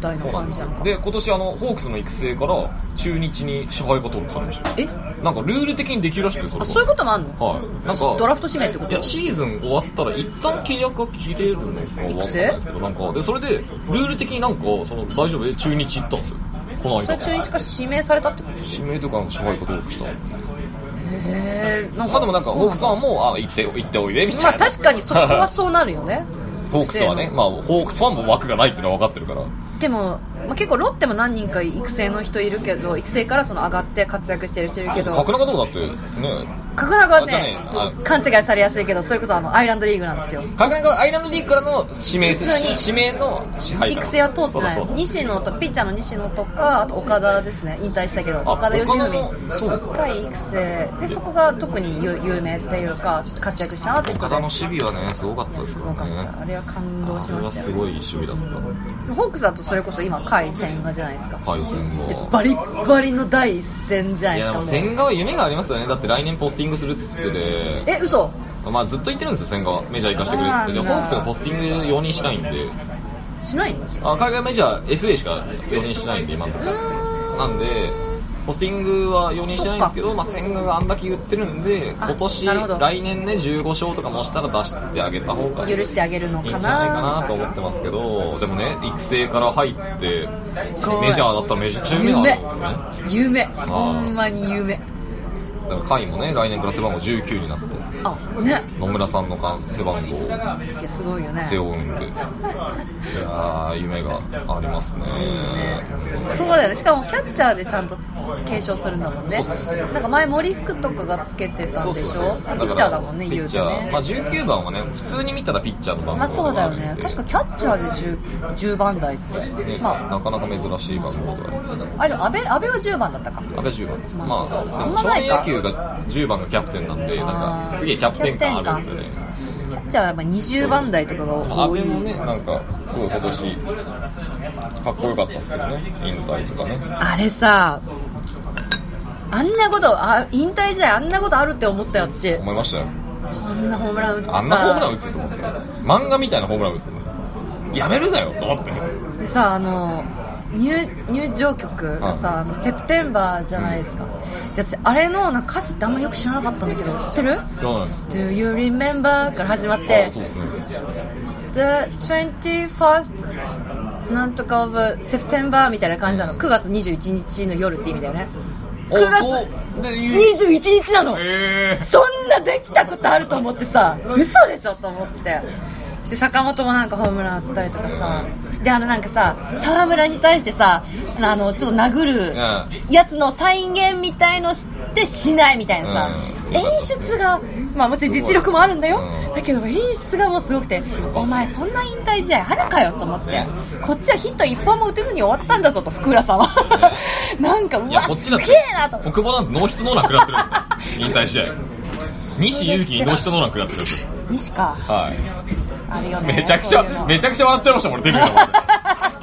C: たい
D: そ
C: な
D: うなん
C: 感
D: で
C: じ
D: す
C: なの
D: よ
C: か
D: で、今年あの、ホークスの育成から中日に支配下登録されましたよ。
C: え
D: なんかルール的にできるらしくて、それ
C: あ
D: は
C: そういうこともあんの、
D: はい。なんか、
C: ドラフト指名ってこ
D: い
C: と
D: や、シーズン終わったら一旦契約が切れるのかわかんないですけど、なんか、で、それで、ルール的になんか、その、大丈夫で中日行ったんですよ。この
C: それ
D: 間。
C: 中日から指名されたってこと
D: 指名とかの支配下登録したっていう。
C: へえなん
D: まあでもなんか、ホークスは
C: う
D: もう、あ、行って、行っておいで、みたいな。
C: まあ確かにそこはそうなるよね
D: ホークスはね、まあ、ホークスファンも枠がないっていうのは分かってるから。
C: でも、まあ、結構ロッテも何人か育成の人いるけど育成からその上がって活躍してる人いるけど
D: 角中でもだって、ね、
C: 角中は
D: あじゃ
C: ね
D: あねあ
C: 勘違いされやすいけどそれこそあのアイランドリーグなんですよ
D: 角中アイランドリーグからの指名、
C: 普通に
D: 指名の支配下
C: 育成は通ってない
D: そうだそうだ
C: 西野とピッチャーの西野とかあと岡田ですね引退したけど
D: あ
C: 岡田義文
D: 岡田もそう
C: が育成でそこが特に有有名っていうか活躍したなって人
D: 岡
C: で
D: 田の守備はね、すごかっ
C: い
D: た
C: や
D: です
C: すご
D: から
C: かっ
D: ね。
C: たあれは感動し
D: あれ
C: ま
D: は
C: した
D: す
C: よ
D: ごい守備だっ
C: ホークスだとそれこそ今甲斐千賀じゃないですか
D: た。海戦
C: で
D: も。
C: バリッバリの第一戦じゃない
D: い
C: で
D: や
C: す
D: で
C: かも
D: も
C: う
D: 千賀は夢がありますよね。だって来年ポスティングするっつってて。
C: え嘘
D: まあずっと言ってるんですよ、千賀は。メジャー行かしてくれっつって。で、
C: そう
D: ホ
C: なんだ
D: ークスがポスティング容認しないんで。
C: しないの
D: あ海外メジャー FA しか容認しないんで、今のところ。なんで、ポスティングは容認してないんですけど、まあ、千賀があんだけ言ってるんで、
C: あ
D: 今年、
C: なるほど
D: 来年ね、15勝とかもしたら出してあげた方がいい
C: 許してあげるの
D: いいん
C: か
D: じ
C: な
D: ゃないかなと思ってますけど、でもね、育成から入って、
C: ごい
D: メジャーだったらめちゃくちゃ夢があるんですね。
C: 夢
D: ー
C: ほんまに夢
D: だから、甲斐もね、来年から背番号19になって、
C: あね
D: 野村さんのか背番号を
C: いやすごいよね
D: 背負うんで、いやー、夢がありますね。
C: そうだよねしかもキャッチャーでちゃんと継承するんだもんね
D: そうっす
C: なんか前森福とかがつけてたんでしょピッチャーだもんね
D: ピ
C: 言
D: ッ
C: う
D: チ
C: て
D: ャ
C: ね
D: ー。まあ19番はね、普通に見たらピッチャーの番号
C: まあそうだよね確かキャッチャーで 10, 10番台っ
D: に、
C: て
D: ね
C: ま
D: なかなか珍しい番号ではありますね。
C: ああれ安倍安倍は10番だったか
D: 安倍10番です。
C: ま
D: ま
C: あ
D: あ、
C: そうか
D: でも少年野球が10番がキャプテンなんで、なん
C: あ
D: か
C: ー
D: すげえキャプテン感あるんですよね
C: キャ。キャッチャーはやっぱ20番台とかが
D: 安
C: 多い
D: 倍もね、なんかすごい今年、かっこよかったですけどね、引退とかね。
C: あれさあんなことあ引退時代あんなことあるって思ったよ私
D: 思いましたよ。
C: こんなホームラン打ってさ
D: あんなホームラン打つと思って。漫画みたいなホームラン打って。やめるなよと思って。
C: でさあの入入場曲がさ「あのセプテンバー」じゃないですか、で私あれのなんか歌詞ってあんまよく知らなかったんだけど知ってる
D: そうなんです
C: ?Do you remember? から始まって
D: あそうですね。
C: The 21st なんとか of September みたいな感じなの9月21日の夜って意味だよね
D: お
C: 9
D: そう
C: 月
D: で言う
C: 21日なの
D: え
C: そんなできたことあると思ってさ、嘘でしょと思って。で、坂本もなんかホームラン打ったりとかさ、で、あのなんかさ、沢村に対してさ、あの、ちょっと殴るやつの再現みたいのしてしないみたいなさ、
D: うん
C: 演出が、まあもちろん実力もあるんだよ
D: う。ん
C: だけど演出がもうすごくて、お前そんな引退試合あるかよと思って
D: ね、
C: こっちはヒット1本も打てずに終わったんだぞと、福浦さんは。 なんか、う
D: いや、
C: わ、
D: こっちだ
C: す
D: って
C: げえなと思って。、
D: 国保なんてノーヒットノーラン食らってるんですか 引退試合。西祐希にノーヒットノーラン食らってるんですよ。
C: 西か。
D: はい。
C: あるよね。
D: めちゃくち
C: そういう
D: ゃ、
C: の
D: めちゃくちゃ笑っちゃいましたもん、俺、デビュー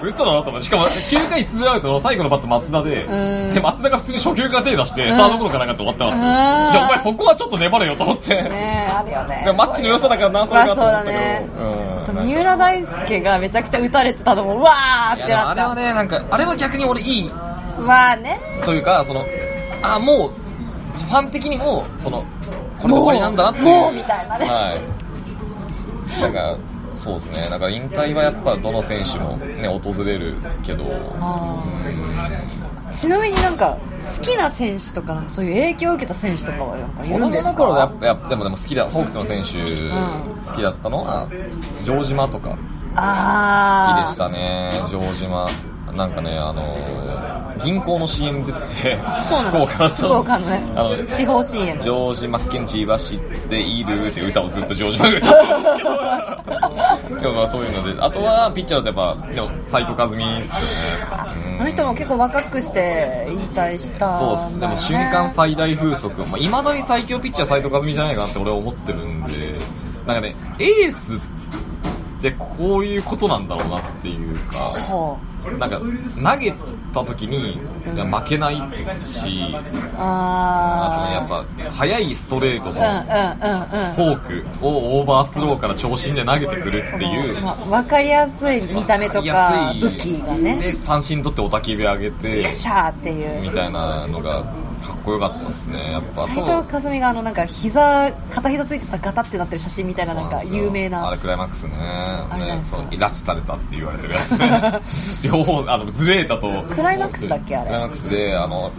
D: の嘘だなと思って、しかも9回2アウトの最後のバット松田で、
C: うん
D: で、松田が普通に初球から手出して、
C: うん
D: サードゴロかなんかって終わったんですよ。
C: うん
D: いや、お前そこはちょっと粘れよと思って。
C: ねえあるよ
D: だ
C: ね
D: からマッチの良さだからな、それがと思ったけど。
C: まあそうだねあと
D: うん
C: 三浦大輔がめちゃくちゃ打たれてたのもうわーっ
D: いやで
C: て
D: も
C: な
D: あ
C: っ
D: れ
C: た
D: はね、なんか、あれは逆に俺いい
C: まあね
D: というか、その、あ、もう、ファン的にも、その、これで終わりなんだなっていう。
C: もうもうみたいなね
D: はい。なんか、そうですね。なんか引退はやっぱどの選手もね、訪れるけど、
C: あちなみになんか好きな選手とかなんかそういう影響を受けた選手とかはなんかい
D: 子
C: るん
D: 供
C: です
D: の
C: か
D: 頃やっぱ、やっぱでもでも好きだ、ホークスの選手、
C: ん
D: 好きだったのは、城島とか、好
C: あ
D: き
C: あ
D: でしたね、城島。なんかね、あのー銀行の CM 出てて、
C: そうな
D: 福
C: の
D: 岡だと
C: 福岡のね
D: あの
C: 地方 CM
D: ジョージ・マッケンジーは知っているっていう歌をずっとジョージ・マッケンジーが歌 ってたんですけどでもまあそういうので、あとはピッチャーだとやっぱ、でも斎藤和美ですよね。う ん
C: あの人も結構若くして引退した
D: そうっす。でも瞬間
C: 最
D: 最大風速。まあ、未だに最強ピッチャー斎藤和美じゃないかなって俺は思ってるんで、なんかね、エースってこういうことなんだろうなっていうか、
C: ほう
D: なんか投げた時にいや負けないし、あとね、
C: あ
D: やっ
C: あ
D: ぱ速いストレート
C: とう
D: の
C: んうんうんうん
D: フォークをオーバースローから長身で投げてくるっていう。
C: まあわかりやすい見た目とか
D: 安い
C: 武器が
D: で、
C: ね
D: 三振取っておたき火上げて、
C: シャーっていう
D: みたいなのがかっこよかったですね、やっぱ。あと
C: 斉藤和美があのなんか膝片膝ついてさガタってなってる写真みたいななんか有名
D: あれ
C: な
D: クライマックスね。あ
C: れじゃないですか
D: ねそう拉致されたって言われてるやつ ね。両方、あの、ずれたと。
C: クライマックスだっけあれ
D: クライマックスで、あの、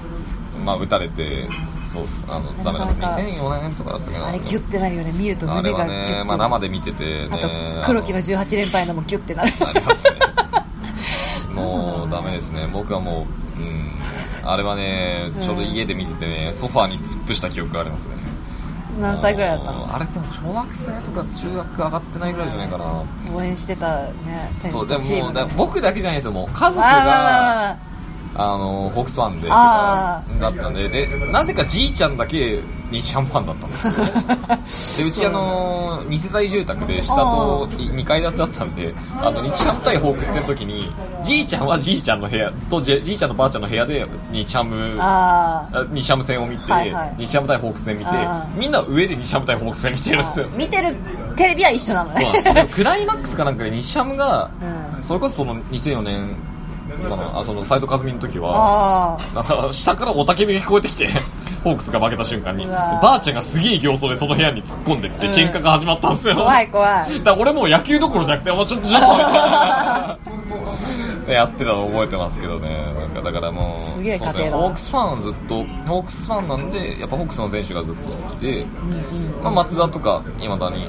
D: まあ、撃たれて、そうっす、あの、ダメだった。
C: なかなか
D: 2004年とかだったけど。
C: あれギュッてなるよね見ると
D: あ
C: 胸
D: れは
C: がギュッてな
D: ね、
C: る
D: まあ、生で見ててね。
C: あと黒木の18連敗のもギュッてなる
D: ありますねもうダメですね。僕はもう、うん、あれはね、ちょうど家で見ててね、ソファーに突っ伏した記憶がありますね。
C: 何歳ぐらいだった
D: あ
C: の
D: れでも小学生とか中学上がってないぐらいじゃないかな。
C: 応援してたね選
D: そう、
C: 手
D: で
C: とチー
D: もも
C: ム
D: うだ
C: が
D: から
C: ね
D: 僕だけじゃないですよ、もう家族
C: あーまあまあまあま
D: が
C: あ、
D: あの、ホークスファンで、と
C: あ
D: かだったんで、で、なぜかじいちゃんだけ日ハムファンだったんですよ。 で、うちあの、2世帯住宅で下と
C: あ
D: 2階建てだったんで、あの、日ハム対ホークス戦の時に、じいちゃんはじいちゃんの部屋とじいじいちゃんのばあちゃんの部屋で日ハム、
C: あー
D: あ日ハム戦を見て、
C: はいはい
D: 日ハム対ホークス戦見て
C: あ、ー
D: みんな上で日ハム対ホークス戦見てるんですよ。
C: 見てるテレビは一緒なのね
D: そうなん ですでもクライマックスかなんかで西ハムが、
C: うん
D: それこそその2004年かな、あその斎藤和美の時は、
C: あ
D: なんか 下から雄たけびが聞こえてき て、ホークスが負けた瞬間に、
C: うわー
D: ばあちゃんがすげえ形相でその部屋に突っ込んでって、
C: うん
D: 喧嘩が始まったんです
C: あ
D: よ。
C: 怖い怖い
D: だから俺もう野球どころじゃなくて、もうちょっとちょっとみた いなねやってたの覚えてますけどね。なんかだからもう、
C: すげえ家庭だな
D: そうですねホークスファンはずっと、ホークスファンなんで、やっぱホークスの選手がずっと好きで、
C: うんうん
D: まあ、松田とか未だに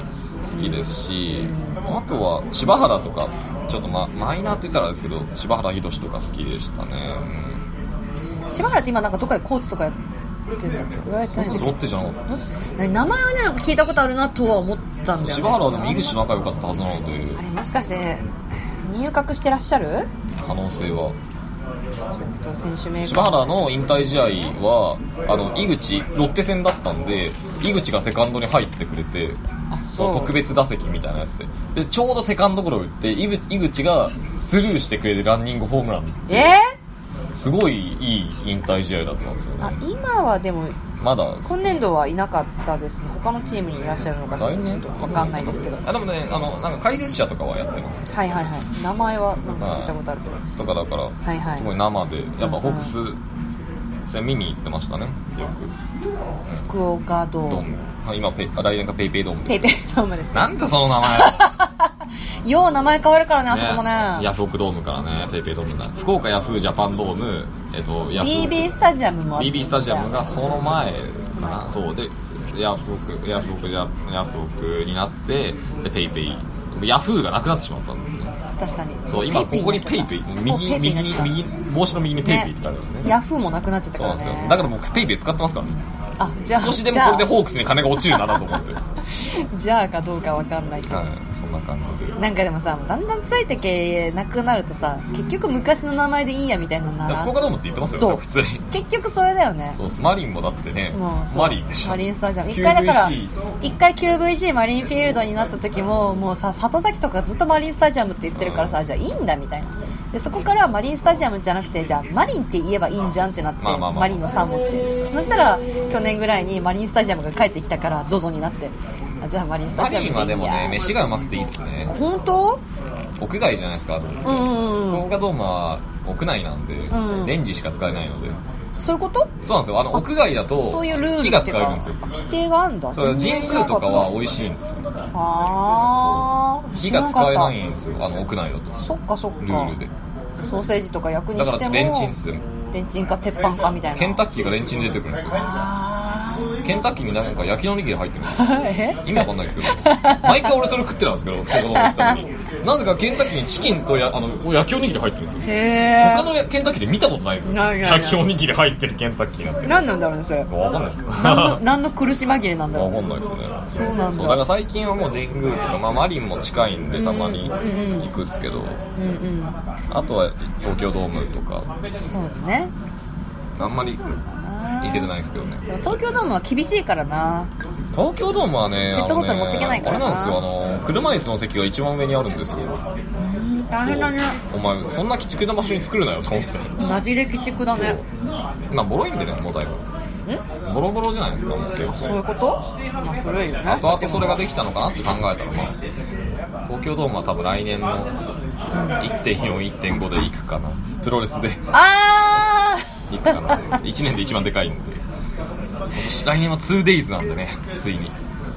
D: 好きですし、あとは柴原とかちょっと、ま、マイナーって言ったらあれですけど柴原宏とか好きでしたね、
C: 柴原って今なんかどっかでコーチとかやってんだっけ言われて
D: う、
C: なんいん
D: ロ
C: だ
D: ッ
C: っけ
D: テじゃなかっ
C: ね名前はねなんか聞いたことあるなとは思ったん
D: た
C: だよ、ね、
D: 柴原はでも井口仲良かったはずなので
C: あれもしかして入閣してらっしゃる
D: 可能性は
C: 選手名
D: 柴原の引退試合はあの井口ロッテ戦だったんで井口がセカンドに入ってくれて
C: あ
D: そ
C: そう
D: の特別打席みたいなやつででちょうどセカンドゴロ打って井口井口がスルーしてくれてランニングホームラン
C: えー
D: すごいいい引退試合だったんですよ
C: あ
D: ね。
C: 今はでも
D: まだ、
C: 今年度はいなかったですね他のチームにいらっしゃるのかしら
D: 来
C: ちょ
D: 年
C: っと分かんないですけどはい
D: あ、でもね、あの、なんか解説者とかはやってます。
C: はいはい名前はなんか聞いたことあるけど
D: はいとかだから、
C: はいはい
D: すごい生で、やっぱホークス
C: う
D: 戦見に行ってましたね。よ
C: 福岡
D: く。
C: ド
D: ドー
C: ー
D: ム
C: ム。
D: はい今ペイ、来年がペイペイドームです
C: ペイ
D: けど。
C: ペイドームです
D: なんだその名前。
C: よう名前変わるからね あそこもね
D: ヤフオクドームからね、ペイペイドームになる福岡ヤフージャパンドーム、えっと、ヤフオク
C: BB スタジアムもあった
D: BB スタジアムがその前かな、そうで、ヤフオク、ヤフオク、ヤフオクになって、で、ペイペイ、ヤフーがなくなってしまったんですね。
C: 確かに
D: そう、今ここにペイペイ、右、右に、右、帽子の右にペイペイってあるんですね。
C: ヤフーもなくなっちゃった
D: そう
C: か
D: な
C: ら
D: ん
C: ね
D: ですよ。だから僕ペイペイ使ってますからね。
C: あじゃあ
D: 少しでもこれ
C: じ
D: で
C: ゃ
D: ホークスに金が落ちるならと思 って。は
C: あじゃあかどうか分かんないけど
D: い、そんな感じで。
C: なんかでもさだんだんついてけなくなるとさ結局昔の名前でいいやみたいなのな
D: だか
C: ら
D: ら
C: ん
D: 福岡ドームって言ってますよ
C: そ
D: ね、
C: う
D: 普通に。
C: 結局それだよね
D: そうです、マリンもだってね
C: もう、そう
D: マリンでしょ。
C: マリンスタジアム一回だから
D: QVC
C: 一回 QVC マリンフィールドになった時ももうさ里崎とかずっとマリンスタジアムって言ってるからさ、
D: うん
C: じゃあいいんだみたいなでそこからマリンスタジアムじゃなくてじゃあマリンって言えばいいんじゃんってなって、
D: まあまあまあ
C: マリンの3文字ですそしたら去年ぐらいにマリンスタジアムが帰ってきたから ZOZO になってあじゃあマリンスタ
D: マ
C: ジアム
D: リ
C: でい
D: ン
C: いや
D: はでもね、飯がうまくていいっすね。
C: 本当
D: 屋外じゃないですか、あそこ。
C: うんうんうん
D: 福岡ドームは屋内なんで、
C: うん
D: レンジしか使えないので。
C: そういうこと
D: そうなんですよ。あの、
C: あ
D: 屋外だと、
C: そういうルール
D: 火が使えるんですよ
C: っていう。か規定があるんだ
D: それ神宮とかは美味
C: い
D: しいんですよ。
C: ああ
D: 火が使えないんですよ、あの、屋内だと。
C: そっかそっか
D: ルールで。
C: ソーセージとか焼くに
D: だ
C: して
D: か
C: も
D: らレンチンっすよ。
C: レンチンか鉄板かみたいな
D: ケンタッキーがレンチンで出てくるんですよ。
C: あー
D: ケンタッキーになんか焼きのおにぎり入ってるんですよ。
C: え
D: 意味わかんないですけど、毎回俺それ食ってたんですけど、福岡ドーム行った時に。なぜかケンタッキーにチキンとやあの焼きおにぎり入ってるんですよ。
C: へ
D: 他のケンタッキーで見たことないですよ。
C: ないないない
D: 焼きおにぎり入ってるケンタッキーなんて。
C: 何なんだろうねそれ
D: わかんないです。
C: 何の
D: わ
C: 何の苦し紛れなんだろ
D: か
C: うん
D: ないですね。
C: そうなん
D: そうだか
C: だ
D: ら最近はもう神宮とか、まあ、マリンも近いんでたまに
C: うんうん
D: 行くっすけど、
C: うんうん
D: あとは東京ドームとか
C: そうだね
D: あんまり行けてない
C: い
D: ですけどね
C: 東京ドームは厳しいからな
D: 東京ドームはね
C: ペットボトル
D: あのね
C: 持ってけないから
D: あれ
C: な
D: なんですよあの車椅子の席が一番上にあるんですよ
C: うん大変だね
D: そうお前そんな鬼畜な場所に作るなよと思って
C: マジで鬼畜だね
D: まあボロいんでねもうだいぶ
C: ん
D: ボロボロじゃないですかもう結構
C: そういうことまあ古いよね
D: 後々それができたのかなって考えたら、まあ、東京ドームは多分来年の1.4、1.5で行くかな。プロレスで
C: あ
D: 行くかなと思います。1年 で一番でかいんで。今年、来年は 2days なんでね、ついに。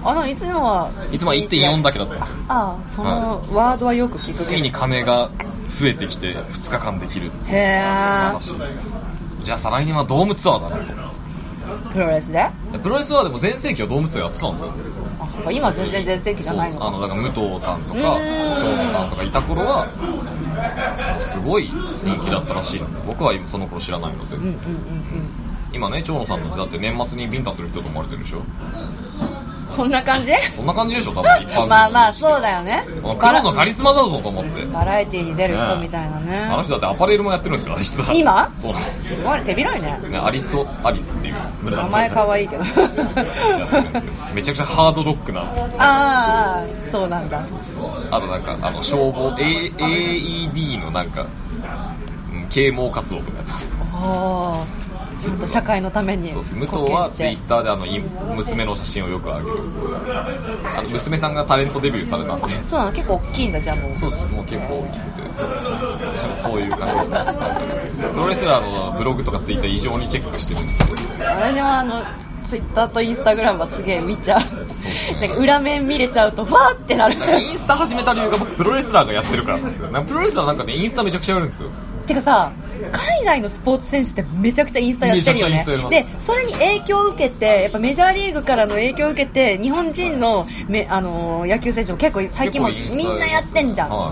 C: あのいつもはい
D: つもは1.4だけだったんですよ。
C: ああそのワードはよく聞くけど
D: ついに金が増えてきて2日間できるっていう。
C: へえ
D: 素晴らしい。じゃあ再来年はドームツアーだなと。
C: プロレスであ
D: プロレスはでも全盛期はドームツアーやってたんですよ。
C: そっか今全然全盛期じゃないの
D: そうあのだから武藤さんとか
C: うーん
D: 長野さんとかいた頃はもうすごい人気だったらしいので僕は今その頃知らないので、
C: うんうんうんうん
D: 今ね長野さんのだって年末にビンタする人と思われてるでしょ
C: そんな感じ
D: そんな感じでしょ多分一般人の認識
C: まあまあそうだよね
D: この黒のカリスマだぞと思って
C: バラエティに出る人みたいな
D: えあの
C: ね
D: 人だってアパレルもやってるんですから実は
C: 今
D: そうなんです
C: すごい手広いね
D: ね、アリスとアリスっていう
C: 名前可愛いけど
D: やってるんですけど めちゃくちゃハードロックな
C: ああそうなんだ
D: あとなんか、あの、消防、A、AED のなんか、うん啓蒙活動とかやってます。
C: ああちゃんと社会のために
D: そうです。
C: 貢献
D: 武藤は
C: し
D: ツイ
C: て
D: ッターであの、い娘の写真をよくあげる。あの、娘さんがタレントデビューされたん
C: あ
D: で。
C: そうなの結構大きいんだじゃあもう
D: そうです。もう結構大きくて。 そういう感じですね。プロレスラーのブログとかツイッター異常にチェックしてるんで。
C: 私はあのツイッターとインスタグラムはすげえ見ちゃう
D: ですね
C: なんか裏面見れちゃうとわーってなる
D: なんかインスタ始めた理由が僕プロレスラーがやってるからなんですよ。なんかプロレスラーなんかね、インスタめちゃくちゃやるんですよ。
C: てかさ海外のスポーツ選手ってめちゃくちゃインスタやってるよ
D: め
C: ね
D: ちゃくちゃインスタやり
C: で
D: ま
C: それに影響を受けてやっぱメジャーリーグからの影響を受けて日本人のめ、あのー野球選手も結構最近も
D: 結構イン
C: み
D: スタ
C: んなやってんじゃん、
D: はい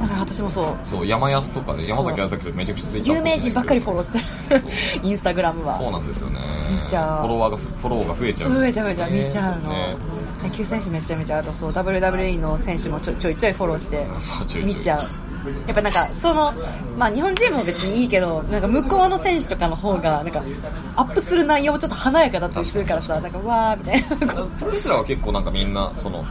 C: だから私もそう
D: そう、山安とかね、山崎安崎とかめちゃくちゃツイッター
C: 有名人ばっかりフォローしてる
D: そう
C: インスタグラムは
D: そうなんですよね。
C: 見ちゃう
D: フォロワーが、フォローが増えちゃう、
C: 増えちゃう増えちゃう見ちゃうの、
D: ね
C: 野球選手めちゃめちゃあとそう WWE の選手もちょちょいちょいフォローして
D: そうちょいちょい
C: 見ちゃうやっぱなんかそのまあ日本人も別にいいけどなんか向こうの選手とかの方がなんかアップする内容もちょっと華やかだったりするからさなんかわーみたいなこう
D: プロレスラーは結構なんかみんな、その、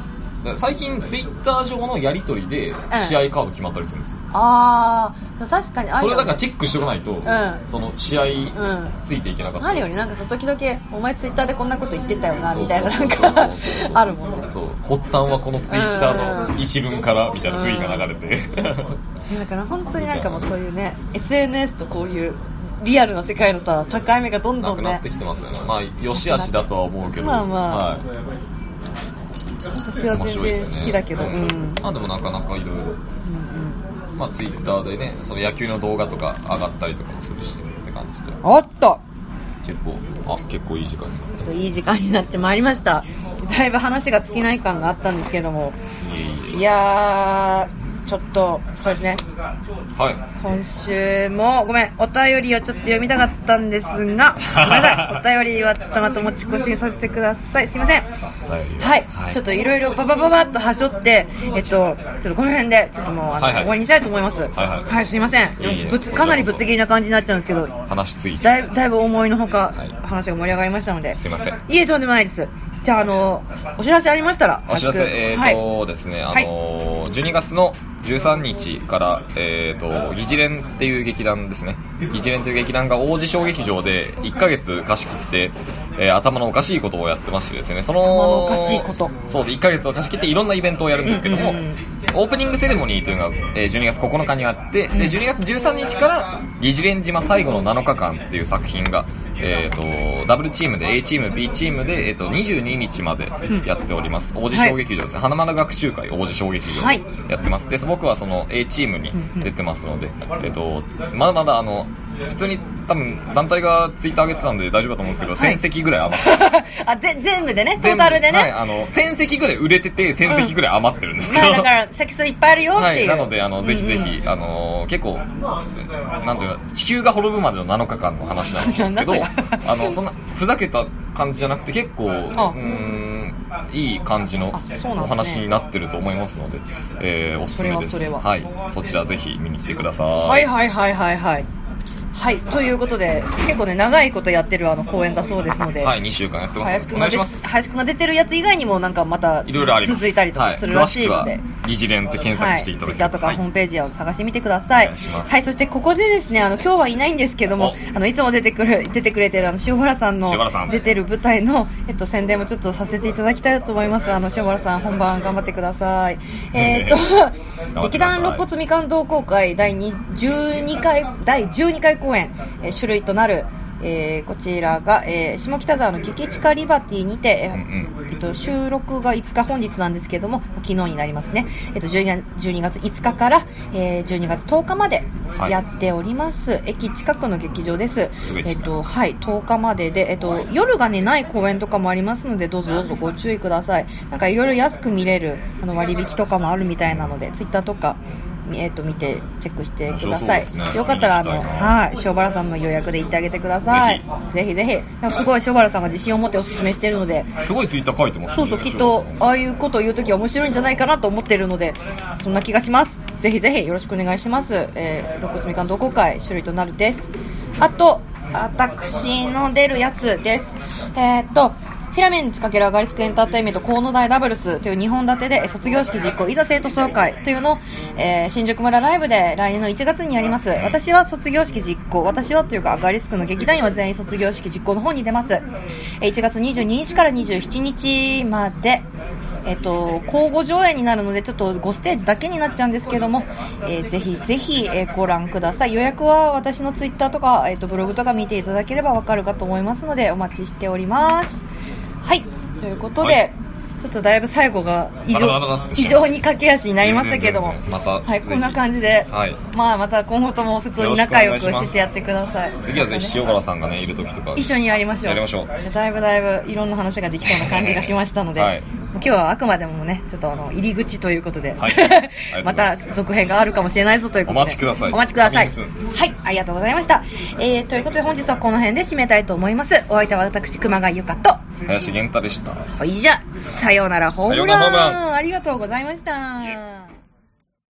D: 最近ツイッター上のやりとりで試合カード決まったりするんですよ。
C: あーでも確かにあ
D: そ
C: る
D: れ
C: よ
D: だ
C: ね
D: からチェックしておかないと、
C: ん
D: その試合
C: ん
D: ついていけなかった。
C: あるよねなんかさ時々お前ツイッターでこんなこと言ってたよなみたいな
D: そ
C: な
D: うんそうそう
C: か
D: そうそう
C: あるもんね
D: そう、発端はこのツイッターの一文からみたいな V が流れて。
C: いやだから本当になんかもうそういうね SNS とこういうリアルな世界のさ境目がどん
D: な
C: ど
D: く
C: ん
D: な
C: ね
D: ってきてますよね。まあ、よし悪しだとは思うけど。
C: まあまあ
D: はい
C: 私は全然好きだけど、
D: 面
C: うんう
D: 白い、です
C: ん
D: ねまあでもなかなかいろいろ、
C: うん
D: まあツイッターでね、その野球の動画とか上がったりとかもするし、って感じで。
C: おっと
D: 結構、あ、結構いい時間になっ
C: ちょっといい時間になってまいりましただいぶ話が尽きない感があったんですけども
D: た。いえいえ
C: いやーちょっとそうですね
D: はい。
C: 今週もごめんお便りをちょっと読みたかったんですがごめんなさいお便りはちょっとまた持ち越しにさせてくださいすいませんはい、ちょっといろいろババババッとはしょって、えっと、ちょっとこの辺で、ちょっともう、あの
D: はいはい
C: 終わりにしたいと思います。はい
D: はい
C: すいません
D: いえいえ
C: ぶつ。かなりぶつ切りな感じになっちゃうんですけど、
D: 話ついて。
C: だいぶ、だいぶ思いのほか
D: はい、
C: 話が盛り上がりましたので。
D: すいません。
C: いえ、とんでもないです。じゃあ、あの、お知らせありましたら、
D: お知らせ、
C: よろしく
D: えーとですね、あ
C: はい
D: のー12月の13日から、えー、と議事連っていう劇団ですね議事連という劇団が王子小劇場で1ヶ月貸し切って、えー頭のおかしいことをやってましてですねその
C: 頭のおかしいこと
D: そうです1ヶ月を貸し切っていろんなイベントをやるんですけども、
C: うんうんうん
D: オープニングセレモニーというのが、えー12月9日にあって、で12月13日から「議事連島最後の7日間」っていう作品が、えー、とダブルチームで A チーム B チームで、えー、と22日までやっております、王子小劇場ですね、花丸学習会王子小劇場
C: はい
D: やってます、で僕はその A チームに出てますので、えー、とまだまだあの普通に多分団体がツイッター上げてたんで大丈夫だと思うんですけど、
C: はい
D: 1000席ぐらい余って
C: あぜ全部でねトータルでね、
D: はい、あの、1000席ぐらい売れてて、1000席ぐらい余ってるんですけど。
C: まあだから席数いっぱいあるよっ
D: は
C: てい
D: い、
C: う、
D: なので、あの、ぜひぜ
C: うんうん
D: ひ、あの、結構、なんていうか、地球が滅ぶまでの7日間の話なんですけど、
C: なんだそれ
D: あの、そんな、ふざけた感じじゃなくて、結構、う
C: あ
D: ーん、いい感じの
C: あそうなんですね
D: お話になってると思いますので、えーおすすめです。
C: それはそ
D: はい、そちらぜひ見に来てください。
C: はいはいはいはいはいはいということで結構ね長いことやってるあの公演だそうですので、
D: はい、2週間やってま
C: 林
D: す
C: くん
D: ので。
C: が
D: お願い
C: 出
D: します。
C: 林くんが出てるやつ以外にもなんかまた
D: いろいろあります。
C: 続いたりとかするらしいので、
D: は詳くは、議事連って検
C: は
D: 索
C: い、
D: していただ
C: Twitter
D: ければ
C: とかホームページを探してみてください。
D: お願いします
C: はい、そしてここでですね、あの、今日はいないんですけども
D: お、
C: あの、いつも出てくる、出てくれてるあの、塩原さんの
D: 塩原さん
C: 出てる舞台の、えっと、宣伝もちょっとさせていただきたいと思います。あの、塩原さん、本番頑張ってください。えーっ
D: 頑張ってくだ
C: と、
D: さい
C: 劇団肋骨みかん同好会第2 12回、第12回公演、えー種類となる、えーこちらが、えー下北沢の激地下リバティにて、えー
D: うん
C: えっと、収録が5日本日なんですけども、昨日になりますね。えっと、12月12月5日から、えー12月10日まで
D: はい
C: やっております。駅近くの劇場です。
D: すぐ近
C: え
D: い
C: っと、はい、10日までで、えっと、夜がね、ない公演とかもありますので、どうぞどうぞご注意ください。なんかいろいろ安く見れる、あの、割引とかもあるみたいなので、ツイッターとか、えっと、見て、チェックしてください。
D: 面白そうですね
C: よかったら、あの、
D: 見に行きたいな
C: はい、塩原さんの予約で行ってあげてください。ぜひぜひ。なんかすごい塩原さんが自信を持ってお勧めしてるので、
D: すごいツイッター書いてますね
C: そうそう、きっと、ああいうことを言うときは面白いんじゃないかなと思ってるので、そんな気がします。ぜひぜひよろしくお願いします。えー、肋骨みかん同好会、種類となるです。あと、私の出るやつです。えーっと、フィラメンツ×アガリスクエンターテインメント河野大ダブルスという2本立てで卒業式実行いざ生徒総会というのを、えー新宿村ライブで来年の1月にやります。私は卒業式実行、私はというかアガリスクの劇団員は全員卒業式実行の方に出ます。えー1月22日から27日まで、えっと、交互上映になるので、ちょっと5ステージだけになっちゃうんですけども、えーぜひぜひ、えーご覧ください。予約は私のツイッターとか、えっと、ブログとか見ていただければわかるかと思いますので、お待ちしております。はい。ということで、
D: はい
C: ちょっとだいぶ最後が異
D: あらあらあら
C: 常
D: ってし
C: 異
D: まいました
C: 常に駆け足になりましたけども
D: 全然全、然また
C: はい、
D: ぜひ
C: こんな感じで、
D: はい
C: まあまた今後とも普通に仲良くしてやってください。
D: 次はぜひ塩原さんがね、いる時とか。
C: 一緒にやりましょう。
D: やりましょう
C: だいぶだいぶいろんな話ができそうな感じがしましたので、
D: はい
C: 今日はあくまでもね、ちょっとあの入り口ということで、
D: はいありがとうござい
C: ま
D: ます
C: た続編があるかもしれないぞということで、
D: お待ちください
C: お待ちください。
D: お耳に
C: はい、ありがとうございました。えー、ということで本日はこの辺で締めたいと思います。お相手は私、熊谷由香と、
D: 林源太でした。
C: ほいじゃ、さようならホーム
D: さような
C: ラ
D: らホーム
C: ン。ありがとうございました。